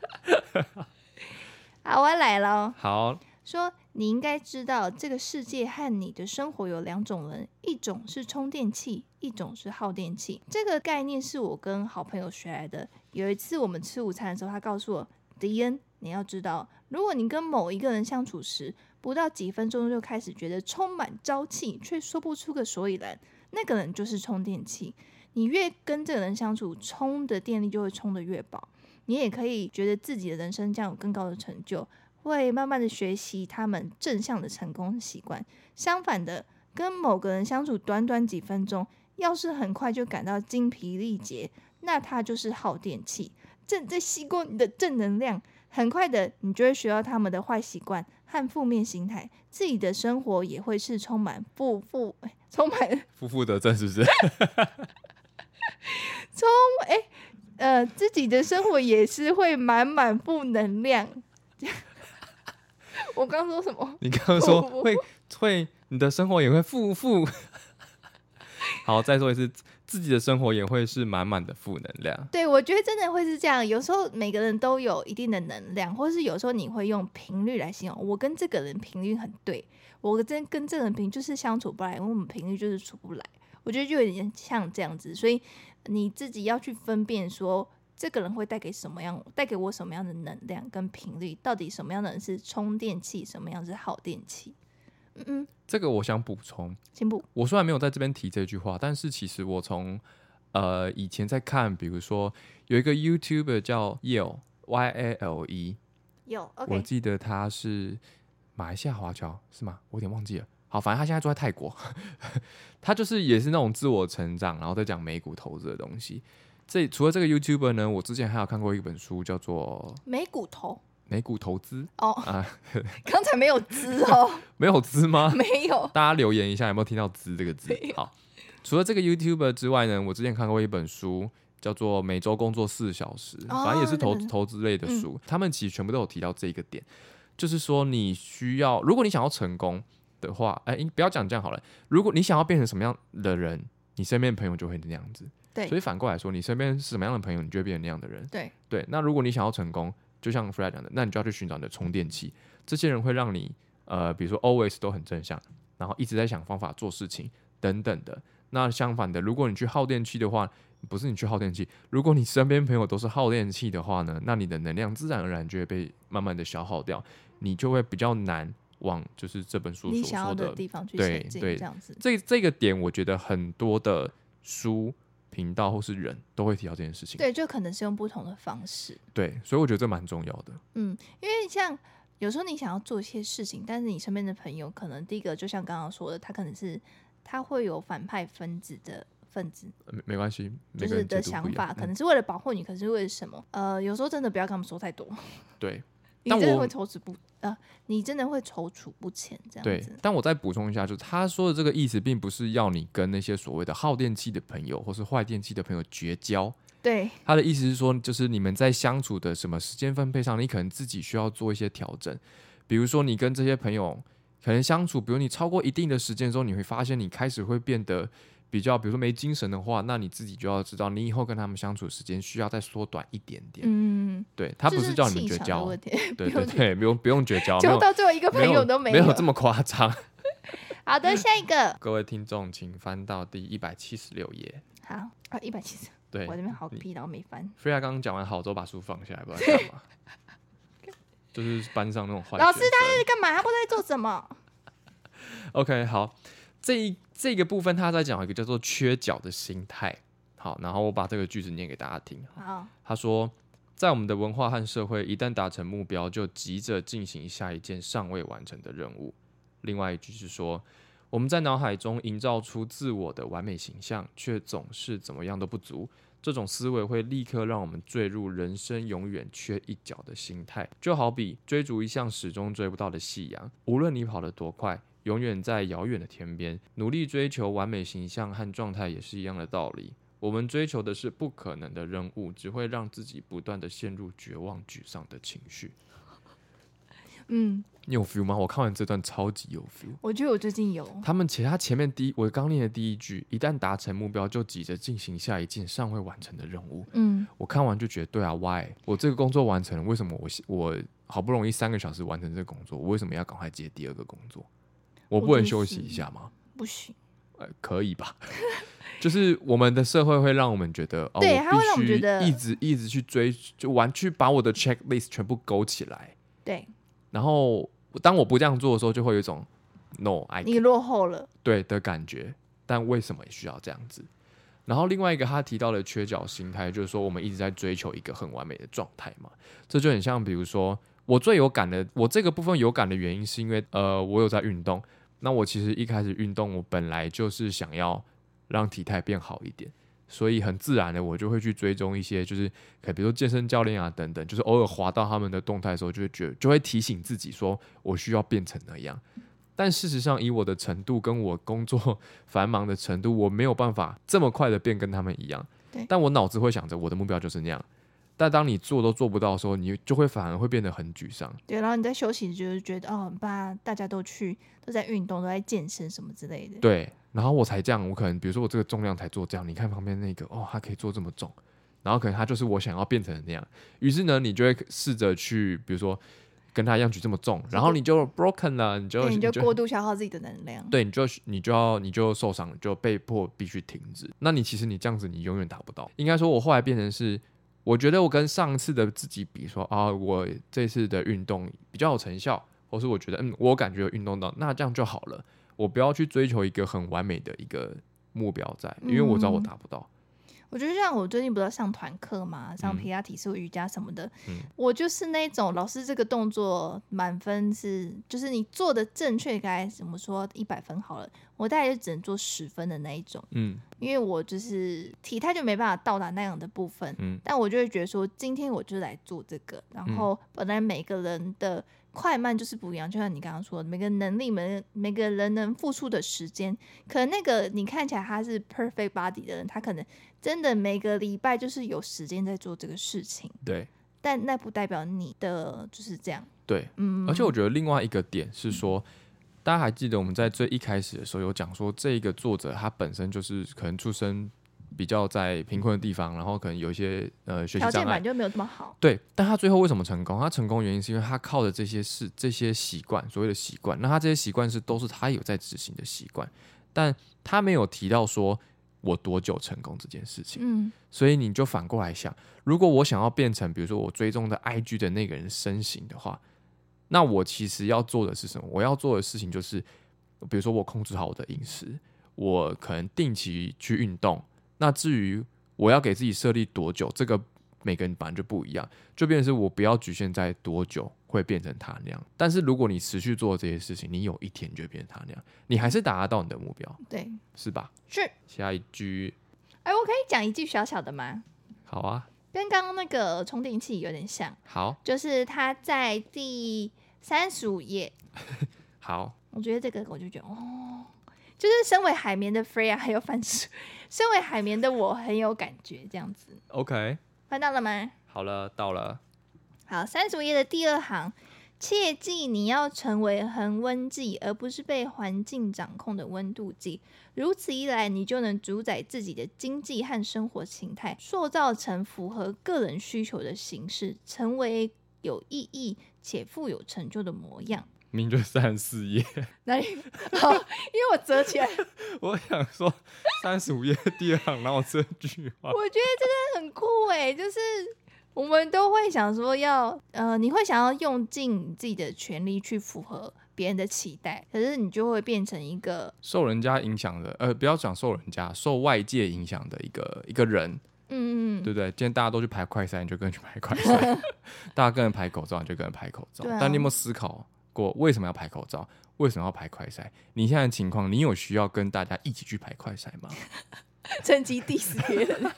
[SPEAKER 2] [LAUGHS] 好，我来喽。
[SPEAKER 1] 好，
[SPEAKER 2] 说你应该知道，这个世界和你的生活有两种人，一种是充电器，一种是耗电器。这个概念是我跟好朋友学来的。有一次我们吃午餐的时候，他告诉我，迪恩，你要知道，如果你跟某一个人相处时，不到几分钟就开始觉得充满朝气，却说不出个所以然，那个人就是充电器。你越跟这个人相处，充的电力就会充得越饱。你也可以觉得自己的人生将有更高的成就，会慢慢的学习他们正向的成功习惯。相反的，跟某个人相处短短几分钟，要是很快就感到精疲力竭，那他就是耗电器，正在吸光你的正能量。很快的，你就会学到他们的坏习惯，和负面心态，自己的生活也会是充满负负 [LAUGHS] 哎充满
[SPEAKER 1] 负负得正是不是？ [LAUGHS]
[SPEAKER 2] 呃自己的生活也是会满满负能量。 [LAUGHS] 我刚说什么？
[SPEAKER 1] 你刚刚说会会，你的生活也会负负。 [LAUGHS] 好，再说一次，自己的生活也会是满满的负能量。
[SPEAKER 2] 对，我觉得真的会是这样。有时候每个人都有一定的能量，或是有时候你会用频率来形容。我跟这个人频率很对，我真跟这个人频就是相处不来，因为我们频率就是处不来。我觉得就有点像这样子，所以你自己要去分辨说，这个人会带给什么样，带给我什么样的能量跟频率，到底什么样的人是充电器，什么样是耗电器。嗯嗯，
[SPEAKER 1] 这个我想补充，
[SPEAKER 2] 进步，
[SPEAKER 1] 我虽然没有在这边提这句话，但是其实我从呃以前在看，比如说有一个 YouTuber 叫 Yale Y A L E，
[SPEAKER 2] 有
[SPEAKER 1] 我
[SPEAKER 2] OK，
[SPEAKER 1] 记得他是马来西亚华侨是吗？我有点忘记了。好，反正他现在住在泰国， [LAUGHS] 他就是也是那种自我成长，然后在讲美股投资的东西。这除了这个 YouTuber 呢，我之前还有看过一本书叫做《
[SPEAKER 2] 没骨头
[SPEAKER 1] 美股投资
[SPEAKER 2] 哦，
[SPEAKER 1] 啊，
[SPEAKER 2] [LAUGHS] 刚才没有滋哦， [LAUGHS]
[SPEAKER 1] 没有资吗？
[SPEAKER 2] 没有，
[SPEAKER 1] 大家留言一下有没有听到“资”这个字
[SPEAKER 2] 没有？
[SPEAKER 1] 好，除了这个 YouTuber 之外呢，我之前看过一本书。叫做每周工作四小时，
[SPEAKER 2] 哦
[SPEAKER 1] 反正也是投
[SPEAKER 2] 那本嗯
[SPEAKER 1] 投资类的书，他们其实全部都有提到这一个点，就是说你需要，如果你想要成功的话，哎、你不要讲这样好了，如果你想要变成什么样的人，你身边的朋友就会那样子，
[SPEAKER 2] 对
[SPEAKER 1] 所以反过来说，你身边是什么样的朋友，你就会变成那样的人，
[SPEAKER 2] 对
[SPEAKER 1] 对，那如果你想要成功，就像 Fred 讲的，那你就要去寻找你的充电器。这些人会让你呃，比如说 always 都很正向，然后一直在想方法做事情等等的。那相反的，如果你去耗电器的话，不是你去耗电器，如果你身边朋友都是耗电器的话呢，那你的能量自然而然就会被慢慢的消耗掉，你就会比较难往就是这本书
[SPEAKER 2] 你
[SPEAKER 1] 所
[SPEAKER 2] 想要
[SPEAKER 1] 说
[SPEAKER 2] 的
[SPEAKER 1] 的
[SPEAKER 2] 地方去
[SPEAKER 1] 对
[SPEAKER 2] 前进，
[SPEAKER 1] 对
[SPEAKER 2] 这样子。
[SPEAKER 1] 这这个点，我觉得很多的书频道或是人都会提到这件事情。
[SPEAKER 2] 对，就可能是用不同的方式。
[SPEAKER 1] 对，所以我觉得这蛮重要的。
[SPEAKER 2] 嗯，因为像有时候你想要做一些事情，但是你身边的朋友可能第一个就像刚刚说的，他可能是他会有反派分子的分子，
[SPEAKER 1] 没没关系，每
[SPEAKER 2] 就
[SPEAKER 1] 个
[SPEAKER 2] 是
[SPEAKER 1] 人
[SPEAKER 2] 的
[SPEAKER 1] 解读
[SPEAKER 2] 想
[SPEAKER 1] 不一样
[SPEAKER 2] 法，
[SPEAKER 1] 嗯
[SPEAKER 2] 可能是为了保护你，可是为了什么？呃，有时候真的不要跟他们
[SPEAKER 1] [LAUGHS]
[SPEAKER 2] 说太多，
[SPEAKER 1] 嗯对
[SPEAKER 2] 你
[SPEAKER 1] 但
[SPEAKER 2] 真的
[SPEAKER 1] 我
[SPEAKER 2] 会踌躇不呃，你真的会踌躇不前这样
[SPEAKER 1] 对
[SPEAKER 2] 子。。
[SPEAKER 1] 但我再补充一下，就是他说的这个意思，并不是要你跟那些所谓的耗电器的朋友或是坏电器的朋友绝交。
[SPEAKER 2] 对 [LAUGHS]
[SPEAKER 1] 他的意思是说，就是你们在相处的什么时间分配上，你可能自己需要做一些调整。比如说，你跟这些朋友可能相处，比如你超过一定的时间之后，你会发现你开始会变得比较，比如说没精神的话，那你自己就要知道，你以后跟他们相处的时间需要再缩短一点点。
[SPEAKER 2] 嗯，
[SPEAKER 1] 对他
[SPEAKER 2] 这
[SPEAKER 1] 不是
[SPEAKER 2] 是
[SPEAKER 1] 叫你们
[SPEAKER 2] 气
[SPEAKER 1] 绝
[SPEAKER 2] 场的
[SPEAKER 1] 交，
[SPEAKER 2] 问题，
[SPEAKER 1] 对对
[SPEAKER 2] 不用
[SPEAKER 1] 对，不用不用绝交，没
[SPEAKER 2] [LAUGHS] 就
[SPEAKER 1] 有
[SPEAKER 2] 到最后一个朋
[SPEAKER 1] 没有
[SPEAKER 2] 友都
[SPEAKER 1] 没
[SPEAKER 2] 有。
[SPEAKER 1] 这么夸张。 [LAUGHS]
[SPEAKER 2] 好的，下一个
[SPEAKER 1] 各位听众，请翻到第一百七十六页。
[SPEAKER 2] 好啊，一百七十，
[SPEAKER 1] 对，
[SPEAKER 2] 我这边好
[SPEAKER 1] 你
[SPEAKER 2] 屁，然后没翻。
[SPEAKER 1] 菲亚刚刚讲完好之后，把书放下来，不知道在干嘛。就是班上那种坏
[SPEAKER 2] 老师
[SPEAKER 1] 学生
[SPEAKER 2] 在干嘛？他不知道在做什么。
[SPEAKER 1] OK，好，这一这个部分他在讲一个叫做缺角的心态。好，然后我把这个句子念给大家听。
[SPEAKER 2] 好，
[SPEAKER 1] 他说，在我们的文化和社会，一旦达成目标，就急着进行下一件尚未完成的任务。另外一句是说，我们在脑海中营造出自我的完美形象，却总是怎么样都不足。这种思维会立刻让我们坠入人生永远缺一角的心态，就好比追逐一项始终追不到的夕阳，无论你跑得多快，永远在遥远的天边。努力追求完美形象和状态也是一样的道理。我们追求的是不可能的任务，只会让自己不断的陷入绝望、沮丧的情绪。
[SPEAKER 2] 嗯，
[SPEAKER 1] 你有 feel 吗？我看完这段超级有 feel。
[SPEAKER 2] 我觉得我最近有，
[SPEAKER 1] 他们其他前面第一，我刚念的第一句，一旦达成目标，就急着进行下一件尚未完成的任务。
[SPEAKER 2] 嗯，
[SPEAKER 1] 我看完就觉得，对啊，why？我这个工作完成了，为什么我我好不容易三个小时完成这个工作，我为什么要赶快接第二个工作？我不能休息一下吗？
[SPEAKER 2] 不行。
[SPEAKER 1] 呃，可以吧？ [LAUGHS] 就是我们的社会会让我们觉得，哦，
[SPEAKER 2] 对它会让
[SPEAKER 1] 我
[SPEAKER 2] 我
[SPEAKER 1] 必
[SPEAKER 2] 们
[SPEAKER 1] 须
[SPEAKER 2] 觉得
[SPEAKER 1] 一直一直去追，就完去把我的 checklist 全部勾起来。
[SPEAKER 2] 对
[SPEAKER 1] 然后当我不这样做的时候，就会有一种 no，I
[SPEAKER 2] 你落后了，
[SPEAKER 1] 对的感觉，但为什么需要这样子？然后另外一个他提到的缺角心态，就是说我们一直在追求一个很完美的状态嘛，这就很像，比如说我最有感的，我这个部分有感的原因是因为呃，我有在运动。那我其实一开始运动，我本来就是想要让体态变好一点，所以很自然的我就会去追踪一些，就是可比如说健身教练啊等等，就是偶尔滑到他们的动态的时候，就会觉就会提醒自己说，我需要变成那样。但事实上，以我的程度跟我工作 [LAUGHS] 繁忙的程度，我没有办法这么快的变跟他们一样
[SPEAKER 2] 对。
[SPEAKER 1] 但我脑子会想着我的目标就是那样。但当你做都做不到的时候，你就会反而会变得很沮丧。
[SPEAKER 2] 对，然后你在休息就是觉得哦，很棒，大家都去都在运动，都在健身什么之类的。
[SPEAKER 1] 对，然后我才这样，我可能比如说我这个重量才做这样，你看旁边那个哦，他可以做这么重，然后可能他就是我想要变成的那样。于是呢，你就会试着去，比如说跟他一样举这么重，然后你就 broken 了，你就
[SPEAKER 2] 对，你就过度消耗自己的能量。
[SPEAKER 1] 对，你就你就要你就受伤，你就被迫必须停止。那你其实你这样子，你永远达不到。应该说，我后来变成是，我觉得我跟上次的自己比说，啊，我这次的运动比较有成效，或是我觉得嗯，我感觉有运动到，那这样就好了。我不要去追求一个很完美的一个目标在，因为我知道我达不到。
[SPEAKER 2] 我觉得像我最近不是上团课嘛，上
[SPEAKER 1] 嗯
[SPEAKER 2] 皮拉提斯、瑜伽什么的，
[SPEAKER 1] 嗯
[SPEAKER 2] 我就是那种老师这个动作满分是，就是你做的正确，该怎么说一百分好了，我大概就只能做十分的那一种，
[SPEAKER 1] 嗯
[SPEAKER 2] 因为我就是体态就没办法到达那样的部分，
[SPEAKER 1] 嗯
[SPEAKER 2] 但我就会觉得说，今天我就来做这个，然后本来每个人的快慢就是不一样，就像你刚刚说，的，每个能力、每每个人能付出的时间，可能那个你看起来他是 perfect body 的人，他可能真的每个礼拜就是有时间在做这个事情，
[SPEAKER 1] 对
[SPEAKER 2] 但那不代表你的就是这样，
[SPEAKER 1] 对，
[SPEAKER 2] 嗯，
[SPEAKER 1] 而且我觉得另外一个点是说，大家还记得我们在最一开始的时候有讲说，这个作者他本身就是可能出生比较在贫困的地方，然后可能有一些呃学习
[SPEAKER 2] 条件
[SPEAKER 1] 障
[SPEAKER 2] 本来
[SPEAKER 1] 碍。
[SPEAKER 2] 就没有这么好，
[SPEAKER 1] 对，但他最后为什么成功？他成功的原因是因为他靠着这些事、这些习惯，所谓的习惯。那他这些习惯是都是他有在执行的习惯，但他没有提到说我多久成功这件事情。
[SPEAKER 2] 嗯，
[SPEAKER 1] 所以你就反过来想，如果我想要变成，比如说我追踪的 IG 的那个人身形的话，那我其实要做的是什么？我要做的事情就是，比如说我控制好我的饮食，我可能定期去运动。那至于我要给自己设立多久，这个每个人本来就不一样，就变成是我不要局限在多久会变成他那样。但是如果你持续做这些事情，你有一天就会变成他那样，你还是达到你的目标，
[SPEAKER 2] 对，
[SPEAKER 1] 是吧？
[SPEAKER 2] 是，
[SPEAKER 1] 下一句，
[SPEAKER 2] 哎，我可以讲一句小小的吗？
[SPEAKER 1] 好啊，
[SPEAKER 2] 跟刚刚那个充电器有点像。
[SPEAKER 1] 好，
[SPEAKER 2] 就是他在第三十五页，
[SPEAKER 1] 好。
[SPEAKER 2] 我觉得这个我就觉得哦，就是身为海绵的 Freya 还有反射，身为海绵的我很有感觉，这样子
[SPEAKER 1] OK，
[SPEAKER 2] 翻到了吗？
[SPEAKER 1] 好了，到了。
[SPEAKER 2] 好，三十五页的第二行，切记你要成为恒温计，而不是被环境掌控的温度计。如此一来，你就能主宰自己的经济和生活形态，塑造成符合个人需求的形式，成为有意义且富有成就的模样。
[SPEAKER 1] 明就三十四页，
[SPEAKER 2] 哪里？ [LAUGHS] 好，因为我折起来，我觉
[SPEAKER 1] [LAUGHS]
[SPEAKER 2] 得
[SPEAKER 1] 我想说三十五页第二行，然后这句话，
[SPEAKER 2] 真的很酷哎，就是我们都会想说要，呃，你会想要用尽你自己的全力去符合别人的期待，可是你就会变成一个，
[SPEAKER 1] [LAUGHS] 受人家影响的，呃，不要讲受人家，受外界影响的一个一个人，
[SPEAKER 2] 嗯嗯嗯，
[SPEAKER 1] 对不对？今天大家都去排快筛，你就跟着去排快筛； [LAUGHS] 大家跟人排口罩，你就跟人排口罩。
[SPEAKER 2] 对啊
[SPEAKER 1] 但你有没有思考过，为什么要排口罩？为什么要排快筛？你现在的情况，你有需要跟大家一起去排快筛
[SPEAKER 2] [LAUGHS]
[SPEAKER 1] 吗？
[SPEAKER 2] 趁机 diss 别人。 [LAUGHS]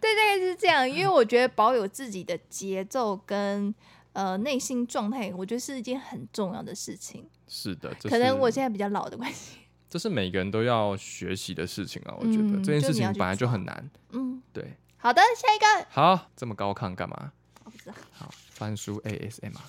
[SPEAKER 2] 对，大概是这样，因为我觉得保有自己的节奏跟呃内心状态，我觉得是一件很重要的事情。
[SPEAKER 1] 是的，这
[SPEAKER 2] 可能
[SPEAKER 1] 是
[SPEAKER 2] 我现在比较老的关系，
[SPEAKER 1] 这是每个人都要学习的事情啊。我觉得、
[SPEAKER 2] 嗯
[SPEAKER 1] 这件
[SPEAKER 2] 就
[SPEAKER 1] 事
[SPEAKER 2] 你要
[SPEAKER 1] 情
[SPEAKER 2] 去
[SPEAKER 1] 本来就
[SPEAKER 2] 做
[SPEAKER 1] 很难，
[SPEAKER 2] 嗯，
[SPEAKER 1] 对。
[SPEAKER 2] 好的，下一个，
[SPEAKER 1] 好，这么高亢干嘛？
[SPEAKER 2] 我不知道，
[SPEAKER 1] 好，翻书 ASM 啊。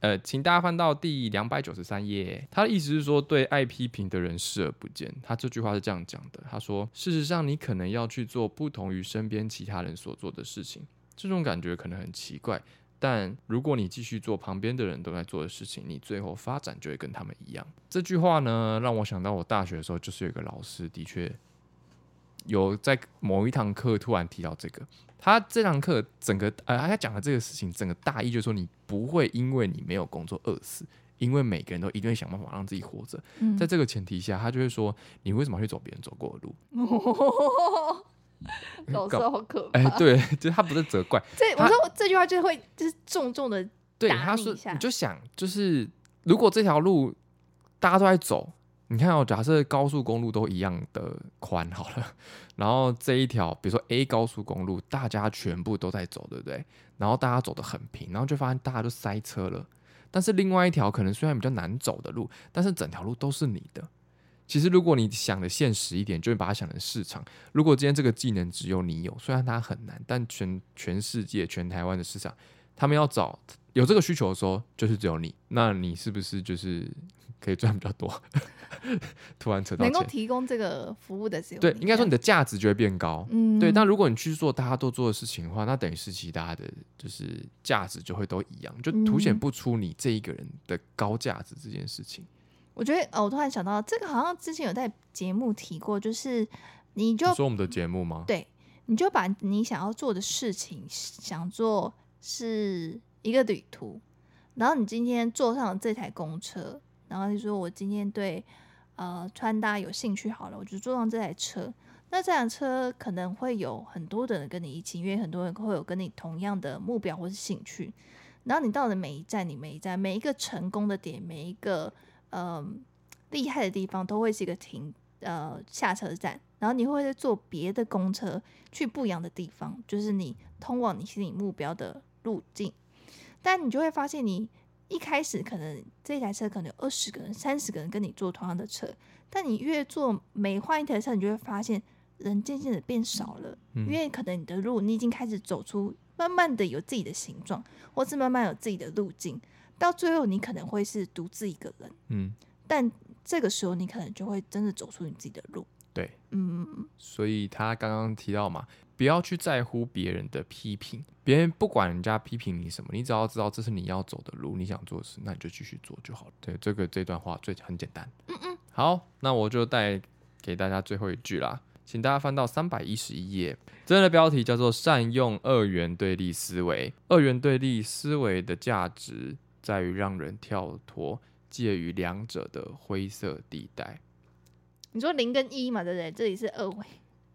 [SPEAKER 1] 呃，请大家翻到第两百九十三页。他的意思是说，对爱批评的人视而不见。他这句话是这样讲的：他说，事实上，你可能要去做不同于身边其他人所做的事情。这种感觉可能很奇怪，但如果你继续做旁边的人都在做的事情，你最后发展就会跟他们一样。这句话呢，让我想到我大学的时候，就是有一个老师，的确有在某一堂课突然提到这个。他这堂课整个呃，他讲的这个事情，整个大意就是说，你不会因为你没有工作饿死，因为每个人都一定会想办法让自己活着。
[SPEAKER 2] 嗯 [LAUGHS]
[SPEAKER 1] 在这 [LAUGHS] 个前提下，他就会说，你为什么要去走别人走过的路？
[SPEAKER 2] 老师
[SPEAKER 1] 搞
[SPEAKER 2] 好可怕。
[SPEAKER 1] 哎、对， [LAUGHS] 就是他不是责怪，
[SPEAKER 2] 这
[SPEAKER 1] 他
[SPEAKER 2] 我说我这句话就会就是重重的，
[SPEAKER 1] 对，
[SPEAKER 2] 打
[SPEAKER 1] 他
[SPEAKER 2] 你一
[SPEAKER 1] 说
[SPEAKER 2] 下
[SPEAKER 1] 你就想，就是如果这条路大家都在走，你看哦，假设高速公路都一样的宽好了，然后这一条，比如说 A 高速公路，大家全部都在走，对不对？然后大家走得很平，然后就发现大家就塞车了。但是另外一条可能虽然比较难走的路，但是整条路都是你的。其实如果你想的现实一点，就会把它想成市场。如果今天这个技能只有你有，虽然它很难，但全全世界、全台湾的市场，他们要找有这个需求的时候，就是只有你。那你是不是就是可以赚比较多？ [LAUGHS] 突然扯到
[SPEAKER 2] 能够
[SPEAKER 1] 钱，
[SPEAKER 2] 提供这个服务的只有
[SPEAKER 1] 对，
[SPEAKER 2] 你
[SPEAKER 1] 应该说你
[SPEAKER 2] 这样
[SPEAKER 1] 的价值就会变高。
[SPEAKER 2] 嗯
[SPEAKER 1] 对，但如果你去做大家都做的事情的话，那等于是其他的就是价值就会都一样，就凸显
[SPEAKER 2] 嗯
[SPEAKER 1] 不出你这一个人的高价值这件事情。
[SPEAKER 2] 我觉得哦，我突然想到这个，好像之前有在节目提过，就是你就
[SPEAKER 1] 你说我们的节目吗？
[SPEAKER 2] 对，你就把你想要做的事情想做是一个旅途，然后你今天坐上了这台公车，然后你说我今天对呃穿搭有兴趣，好了，我就坐上这台车。那这辆车可能会有很多的人跟你一起，因为很多人会有跟你同样的目标或是兴趣。然后你到了每一站，你每一站每一个成功的点，每一个呃厉害的地方，都会是一个停呃下车站，然后你会再坐别的公车去不一样的地方，就是你通往你心里目标的路径。但你就会发现，你一开始可能这台车可能有二十个人、三十个人跟你坐同样的车，但你越坐每换一台车，你就会发现人渐渐的变少了，
[SPEAKER 1] 嗯
[SPEAKER 2] 因为可能你的路你已经开始走出，慢慢的有自己的形状，或是慢慢有自己的路径，到最后你可能会是独自一个人。
[SPEAKER 1] 嗯，
[SPEAKER 2] 但这个时候你可能就会真的走出你自己的路。
[SPEAKER 1] 对。
[SPEAKER 2] 嗯，
[SPEAKER 1] 所以他刚刚提到嘛，不要去在乎别人的批评，别人不管人家批评你什么，你只要知道这是你要走的路，你想做的事，那你就继续做就好了。对，这个这段话最很简单。嗯嗯。好，那我就带给大家最后一句啦，请大家翻到三百一十一页，这的标题叫做“善用二元对立思维”。二元对立思维的价值在于让人跳脱介于两者的灰色地带。
[SPEAKER 2] 你说零跟一嘛，对不对？这里是二维，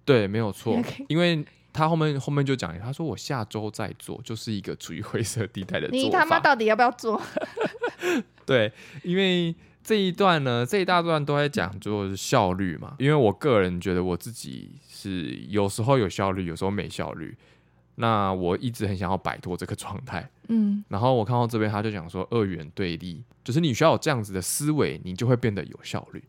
[SPEAKER 1] 对，没有错
[SPEAKER 2] OK
[SPEAKER 1] 因为他后面后面就讲，他说我下周再做，就是一个处于灰色地带的呃做
[SPEAKER 2] 你
[SPEAKER 1] 法。
[SPEAKER 2] 他妈到底要不要做？
[SPEAKER 1] 对，因为这一段呢，这一大段都在讲就是效率嘛。因为我个人觉得我自己是有时候有效率，有时候没效率。那我一直很想要摆脱这个状态，
[SPEAKER 2] 嗯
[SPEAKER 1] 然后我看到这边，他就讲说二元对立，就是你需要有这样子的思维，你就会变得有效率。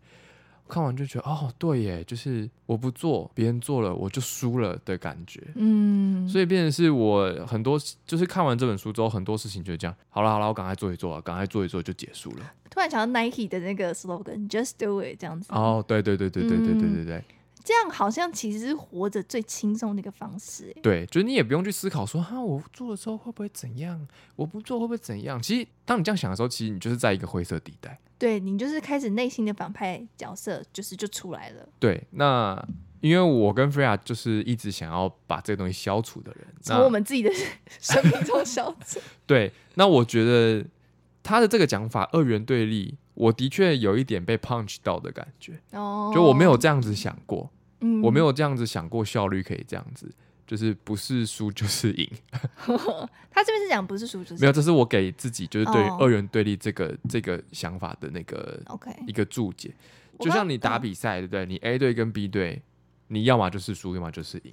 [SPEAKER 1] 看完就觉得哦，对耶，就是我不做，别人做了我就输了的感觉。
[SPEAKER 2] 嗯，
[SPEAKER 1] 所以变成是我很多，就是看完这本书之后，很多事情就是这样。好了好了，我赶快做一做啊，赶快做一做就结束了。
[SPEAKER 2] 突然想到 Nike 的那个 slogan，Just Do It 这样子，
[SPEAKER 1] 哦，对对对对对对对对对
[SPEAKER 2] 这样好像其实是活着最轻松的一个方式。欸
[SPEAKER 1] 对，就是你也不用去思考说哈，我做了之后会不会怎样，我不做会不会怎样。其实当你这样想的时候，其实你就是在一个灰色地带。
[SPEAKER 2] 对你就是开始内心的反派角色，就是就出来了，
[SPEAKER 1] 对，那因为我跟 Freya 就是一直想要把这个东西消除的人，
[SPEAKER 2] 从
[SPEAKER 1] 那
[SPEAKER 2] 我们自己的 [LAUGHS] 生命中消除。
[SPEAKER 1] 对，那我觉得他的这个讲法二元对立，我的确有一点被 punch 到的感觉，[LAUGHS]
[SPEAKER 2] 哦，
[SPEAKER 1] 就我没有，这样子想过。
[SPEAKER 2] 嗯
[SPEAKER 1] 我没，有这样子想过，效率可以这样子，就是不是输就是赢，
[SPEAKER 2] 嗯他这边是讲不是输就是
[SPEAKER 1] 没有，这是我给自己就是对于
[SPEAKER 2] 哦
[SPEAKER 1] 二元对立这个、这个想法的那个
[SPEAKER 2] OK，
[SPEAKER 1] 一个注解。
[SPEAKER 2] 我
[SPEAKER 1] 就
[SPEAKER 2] 刚
[SPEAKER 1] 像你打
[SPEAKER 2] 嗯
[SPEAKER 1] 比赛，对不对？你 A 队跟 B 队，你要么就是输，要么就是赢。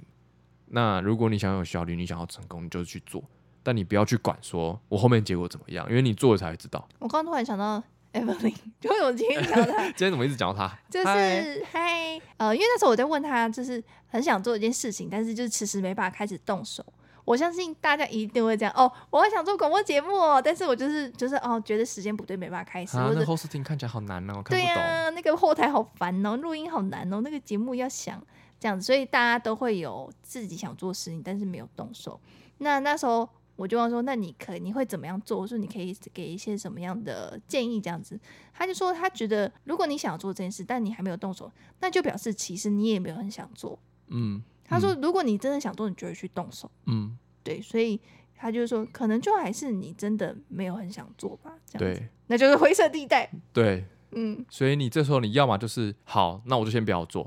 [SPEAKER 1] 那如果你想有效率，你想要成功，你就去做，但你不要去管说我后面结果怎么样，因为你做了才会知道。 [LAUGHS]
[SPEAKER 2] 我刚突然想到 Evelyn，就是 [LAUGHS] 我今天讲的。
[SPEAKER 1] 今天怎么一直讲到他？
[SPEAKER 2] 就
[SPEAKER 1] 嗨
[SPEAKER 2] 是嗨，呃，因为那时候我在问他，就是很想做一件事情，但是就是迟迟没办法开始动手。我相信大家一定会这样哦，我很想做广播节目哦，但是我就是就是哦，觉得时间不对，没办法开始，
[SPEAKER 1] 啊，
[SPEAKER 2] 或
[SPEAKER 1] 那
[SPEAKER 2] 者
[SPEAKER 1] hosting 看起来好难哦，看
[SPEAKER 2] 对啊
[SPEAKER 1] 不
[SPEAKER 2] 呀、
[SPEAKER 1] 懂。
[SPEAKER 2] 那个后台好烦哦，录音好难哦，那个节目要想这样子，所以大家都会有自己想做的事情，但是没有动手。那那时候我就问他说，那你可以你会怎么样做？我说你可以给一些什么样的建议这样子。他就说他觉得，如果你想做这件事，但你还没有动手，那就表示其实你也没有很想做。
[SPEAKER 1] 嗯，
[SPEAKER 2] 他说，如果你真的想做，你就会去动手。
[SPEAKER 1] 嗯，
[SPEAKER 2] 对，所以他就说，可能就还是你真的没有很想做吧，这样子，
[SPEAKER 1] 对
[SPEAKER 2] 那就是灰色地带。
[SPEAKER 1] 对，
[SPEAKER 2] 嗯，
[SPEAKER 1] 所以你这时候你要么就是好，那我就先不要做；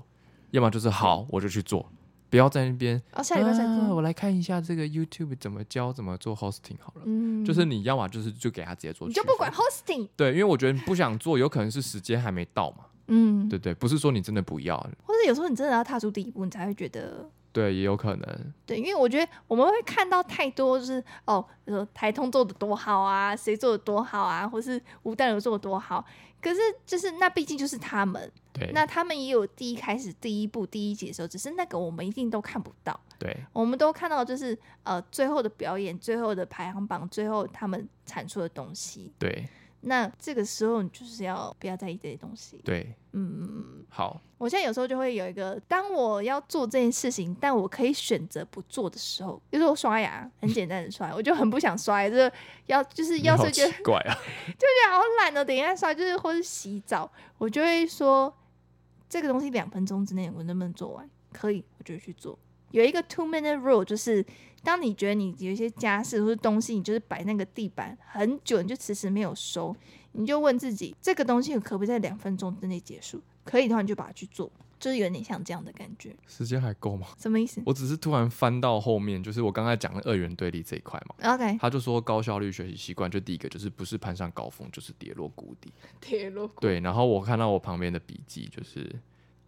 [SPEAKER 1] 要么就是好，我就去做，不要在那边。
[SPEAKER 2] 哦，下礼拜再
[SPEAKER 1] 啊
[SPEAKER 2] 做。
[SPEAKER 1] 我来看一下这个 YouTube 怎么教怎么做 hosting 好了。
[SPEAKER 2] 嗯，
[SPEAKER 1] 就是你要么就是就给他直接做，
[SPEAKER 2] 你就不管。hosting，
[SPEAKER 1] 对，因为我觉得你不想做，有可能是时间还没到嘛。
[SPEAKER 2] 嗯，
[SPEAKER 1] 对不对？不是说你真的不要，
[SPEAKER 2] 或者有时候你真的要踏出第一步，你才会觉得
[SPEAKER 1] 对，也有可能。
[SPEAKER 2] 对，因为我觉得我们会看到太多，就是哦，比如说台通做的多好啊，谁做的多好啊，或是吴淡如做的多好。可是就是那毕竟就是他们，
[SPEAKER 1] 对，
[SPEAKER 2] 那他们也有第一开始第一步第一集的时候，只是那个我们一定都看不到，
[SPEAKER 1] 对，
[SPEAKER 2] 我们都看到就是呃最后的表演、最后的排行榜、最后他们产出的东西。
[SPEAKER 1] 对，
[SPEAKER 2] 那这个时候你就是要不要在意这些东西？
[SPEAKER 1] 对，
[SPEAKER 2] 嗯，
[SPEAKER 1] 好，
[SPEAKER 2] 我现在有时候就会有一个，当我要做这件事情，但我可以选择不做的时候，比如说我刷牙，很简单的刷，我就很不想刷，就是要就是要
[SPEAKER 1] 你
[SPEAKER 2] 是
[SPEAKER 1] 好
[SPEAKER 2] 觉得
[SPEAKER 1] 奇怪啊， [LAUGHS]
[SPEAKER 2] 对啊，好懒哦，等一下刷，就是或是洗澡，我就会说这个东西两分钟之内我能不能做完？可以，我就去做。有一个 two minute rule，就是当你觉得你有一些家事或是东西，你就是摆那个地板很久，你就迟迟没有收，你就问自己这个东西可不可以在两分钟之内结束？可以的话，你就把它去做，就是有点像这样的感觉。
[SPEAKER 1] 时间还够吗？
[SPEAKER 2] 什么意思
[SPEAKER 1] 我只是突然翻到后面，就是我刚才讲的二元对立这一块嘛。
[SPEAKER 2] ？OK，
[SPEAKER 1] 他就说高效率学习习惯，就第一个就是不是攀上高峰，就是跌落谷底。
[SPEAKER 2] 铁路
[SPEAKER 1] 对，然后我看到我旁边的笔记，就是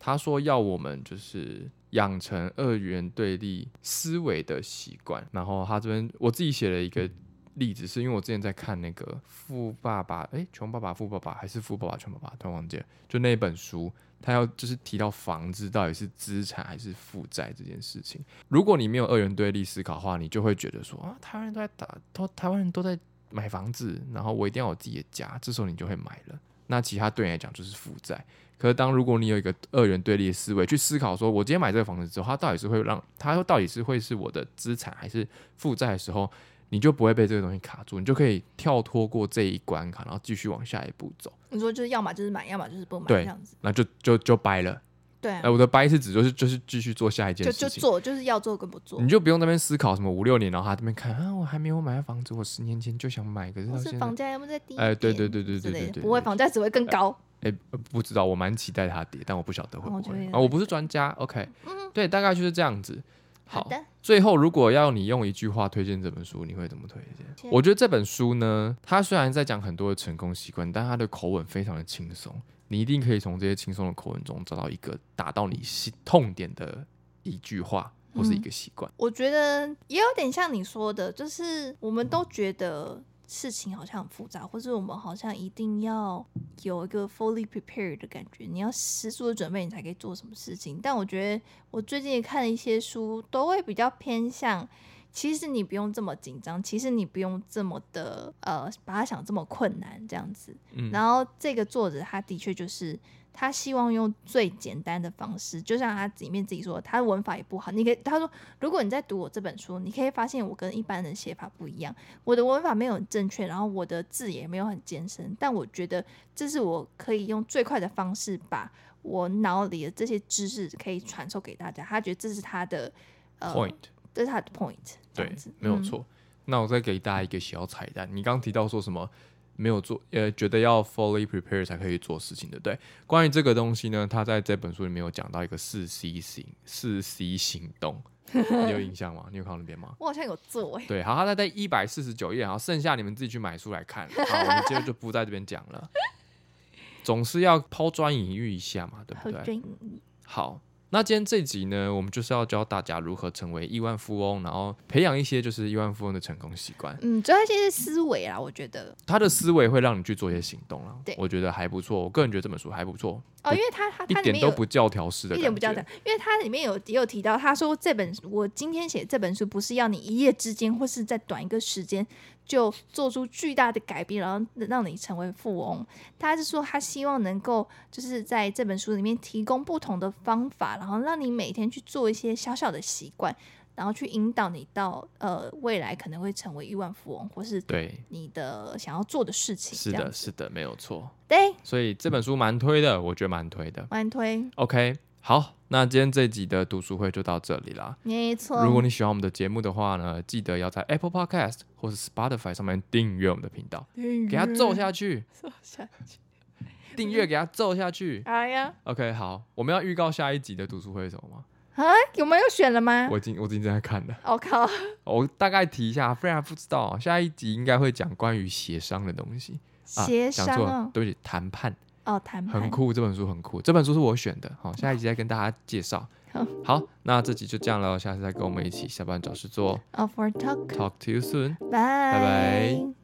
[SPEAKER 1] 他说要我们就是养成二元对立思维的习惯。然后他这边我自己写了一个例子，是因为我之前在看那个《富爸爸》诶，穷爸爸富爸爸》还是《富爸爸穷爸爸》，突然忘记了，就那本书。他要就是提到房子到底是资产还是负债这件事情。如果你没有二元对立思考的话，你就会觉得说啊，台湾人都在打，都台湾人都在买房子，然后我一定要有自己的家，这时候你就会买了。那其他对你来讲就是负债。可是当如果你有一个二元对立的思维去思考，说我今天买这个房子之后，它到底是会让它到底是会是我的资产还是负债的时候，你就不会被这个东西卡住，你就可以跳脱过这一关卡，然后继续往下一步走，
[SPEAKER 2] 你说就是要么就是买，要么就是不买，
[SPEAKER 1] 对
[SPEAKER 2] 这样子。
[SPEAKER 1] 那就就就掰了。
[SPEAKER 2] 对
[SPEAKER 1] 哎、
[SPEAKER 2] 啊，
[SPEAKER 1] 我的掰是指就是就是继续做下一件
[SPEAKER 2] 就
[SPEAKER 1] 事情，
[SPEAKER 2] 就做，就是要做跟不做
[SPEAKER 1] 你。就不用在那边思考什么五六年，然后他这边看啊，我还没有买到房子，我十年前就想买，可是到
[SPEAKER 2] 或
[SPEAKER 1] 现
[SPEAKER 2] 是
[SPEAKER 1] 在
[SPEAKER 2] 房价要不再低一点？
[SPEAKER 1] 哎对对对对对
[SPEAKER 2] 之类
[SPEAKER 1] 对
[SPEAKER 2] 的
[SPEAKER 1] 对
[SPEAKER 2] 不会
[SPEAKER 1] 对
[SPEAKER 2] 房价只会更高。
[SPEAKER 1] 哎、呃不知道，我蛮期待它跌，但我不晓得会
[SPEAKER 2] 我
[SPEAKER 1] 不
[SPEAKER 2] 觉
[SPEAKER 1] 会
[SPEAKER 2] 得
[SPEAKER 1] 啊，我不是专家，OK，对，大概就是这样子。好，
[SPEAKER 2] 的，
[SPEAKER 1] 最后如果要你用一句话推荐这本书，你会怎么推荐？
[SPEAKER 2] 先
[SPEAKER 1] 我觉得这本书呢，它虽然在讲很多的成功习惯，但它的口吻非常的轻松，你一定可以从这些轻松的口吻中找到一个打到你心痛点的一句话或是一个习惯。
[SPEAKER 2] 我觉得也有点像你说的，就是我们都觉得事情好像很复杂，或是我们好像一定要有一个 fully prepared 的感觉，你要十足的准备，你才可以做什么事情。但我觉得我最近也看了一些书，都会比较偏向。其实你不用这么紧张，其实你不用这么的呃，把它想这么困难这样子。
[SPEAKER 1] 嗯
[SPEAKER 2] 然后这个作者他的确就是他希望用最简单的方式，就像他里面自己说，他的文法也不好。你可以他说，如果你在读我这本书，你可以发现我跟一般人写法不一样，我的文法没有很正确，然后我的字也没有很艰深，但我觉得这是我可以用最快的方式把我脑里的这些知识可以传授给大家。他觉得这是他的呃
[SPEAKER 1] Point，
[SPEAKER 2] 这是他的 point，这
[SPEAKER 1] 对
[SPEAKER 2] 样子，嗯
[SPEAKER 1] 没有。错。那我再给大家一个小彩蛋，你刚提到说什么没有做，呃，觉得要 fully prepare 才可以做事情，对不对？关于这个东西呢，他在这本书里面有讲到一个四 C 行四 C 行动，
[SPEAKER 2] [LAUGHS]
[SPEAKER 1] 你有印象吗？你有看到那边吗？
[SPEAKER 2] 我好像有做哎、
[SPEAKER 1] 对，好，他在一百四十九页，好，剩下你们自己去买书来
[SPEAKER 2] [LAUGHS]
[SPEAKER 1] 看。好，我们接着就不在这边讲了，总是要抛砖引玉一下嘛，对
[SPEAKER 2] 好
[SPEAKER 1] 不对？
[SPEAKER 2] 专一
[SPEAKER 1] 好，那今天这集呢，我们就是要教大家如何成为亿万富翁，然后培养一些就是亿万富翁的成功习惯。
[SPEAKER 2] 嗯，主要一些思维啦，我觉得
[SPEAKER 1] 他的思维会让你去做一些行动啦
[SPEAKER 2] 对。
[SPEAKER 1] 我觉得还不错，我个人觉得这本书还不错，
[SPEAKER 2] 哦，因为他他
[SPEAKER 1] 一
[SPEAKER 2] 他里
[SPEAKER 1] 点
[SPEAKER 2] 面
[SPEAKER 1] 都
[SPEAKER 2] 有
[SPEAKER 1] 不教条式的感觉，
[SPEAKER 2] 一点不教条，因为它里面有也有提到，他说这本我今天写这本书不是要你一夜之间或是在短一个时间就做出巨大的改变，然后让你成为富翁。他是说他希望能够就是在这本书里面提供不同的方法，然后让你每天去做一些小小的习惯，然后去引导你到呃未来可能会成为亿万富翁或是
[SPEAKER 1] 对，
[SPEAKER 2] 你的想要做的事情。
[SPEAKER 1] 是
[SPEAKER 2] 这样
[SPEAKER 1] 的，
[SPEAKER 2] 子，
[SPEAKER 1] 是的，没有错。
[SPEAKER 2] 对，
[SPEAKER 1] 所以这本书蛮推的，我觉得蛮推的。
[SPEAKER 2] 蛮推，
[SPEAKER 1] OK，好，那今天这集的读书会就到这里啦。
[SPEAKER 2] 没错。
[SPEAKER 1] 如果你喜欢我们的节目的话呢，记得要在 Apple Podcast 或是 Spotify 上面订阅我们的频道，
[SPEAKER 2] 嗯
[SPEAKER 1] 给它揍下去，
[SPEAKER 2] 下，
[SPEAKER 1] 订阅给它揍下去。
[SPEAKER 2] [LAUGHS] 哎呀，
[SPEAKER 1] OK，好，我们要预告下一集的读书会是什么吗？
[SPEAKER 2] 啊，有没有选了吗？
[SPEAKER 1] 我已啊经我已经在看了， [LAUGHS]
[SPEAKER 2] 我、靠，
[SPEAKER 1] 我大概提一下，不然不知道。下一集应该会讲关于协商的东西，啊
[SPEAKER 2] 协
[SPEAKER 1] 讲
[SPEAKER 2] 商
[SPEAKER 1] 错
[SPEAKER 2] 哦
[SPEAKER 1] 了，对不起，谈判
[SPEAKER 2] 哦，谈判
[SPEAKER 1] 很酷，这本书很酷，
[SPEAKER 2] 嗯
[SPEAKER 1] 这本书是我选的，好，下一集再跟大家介绍
[SPEAKER 2] 好。
[SPEAKER 1] 好，那这集就这样了，下次再跟我们一起下班找事做
[SPEAKER 2] ，of our 哦 talk，
[SPEAKER 1] ，Talk to you soon。
[SPEAKER 2] 拜
[SPEAKER 1] 拜
[SPEAKER 2] 拜。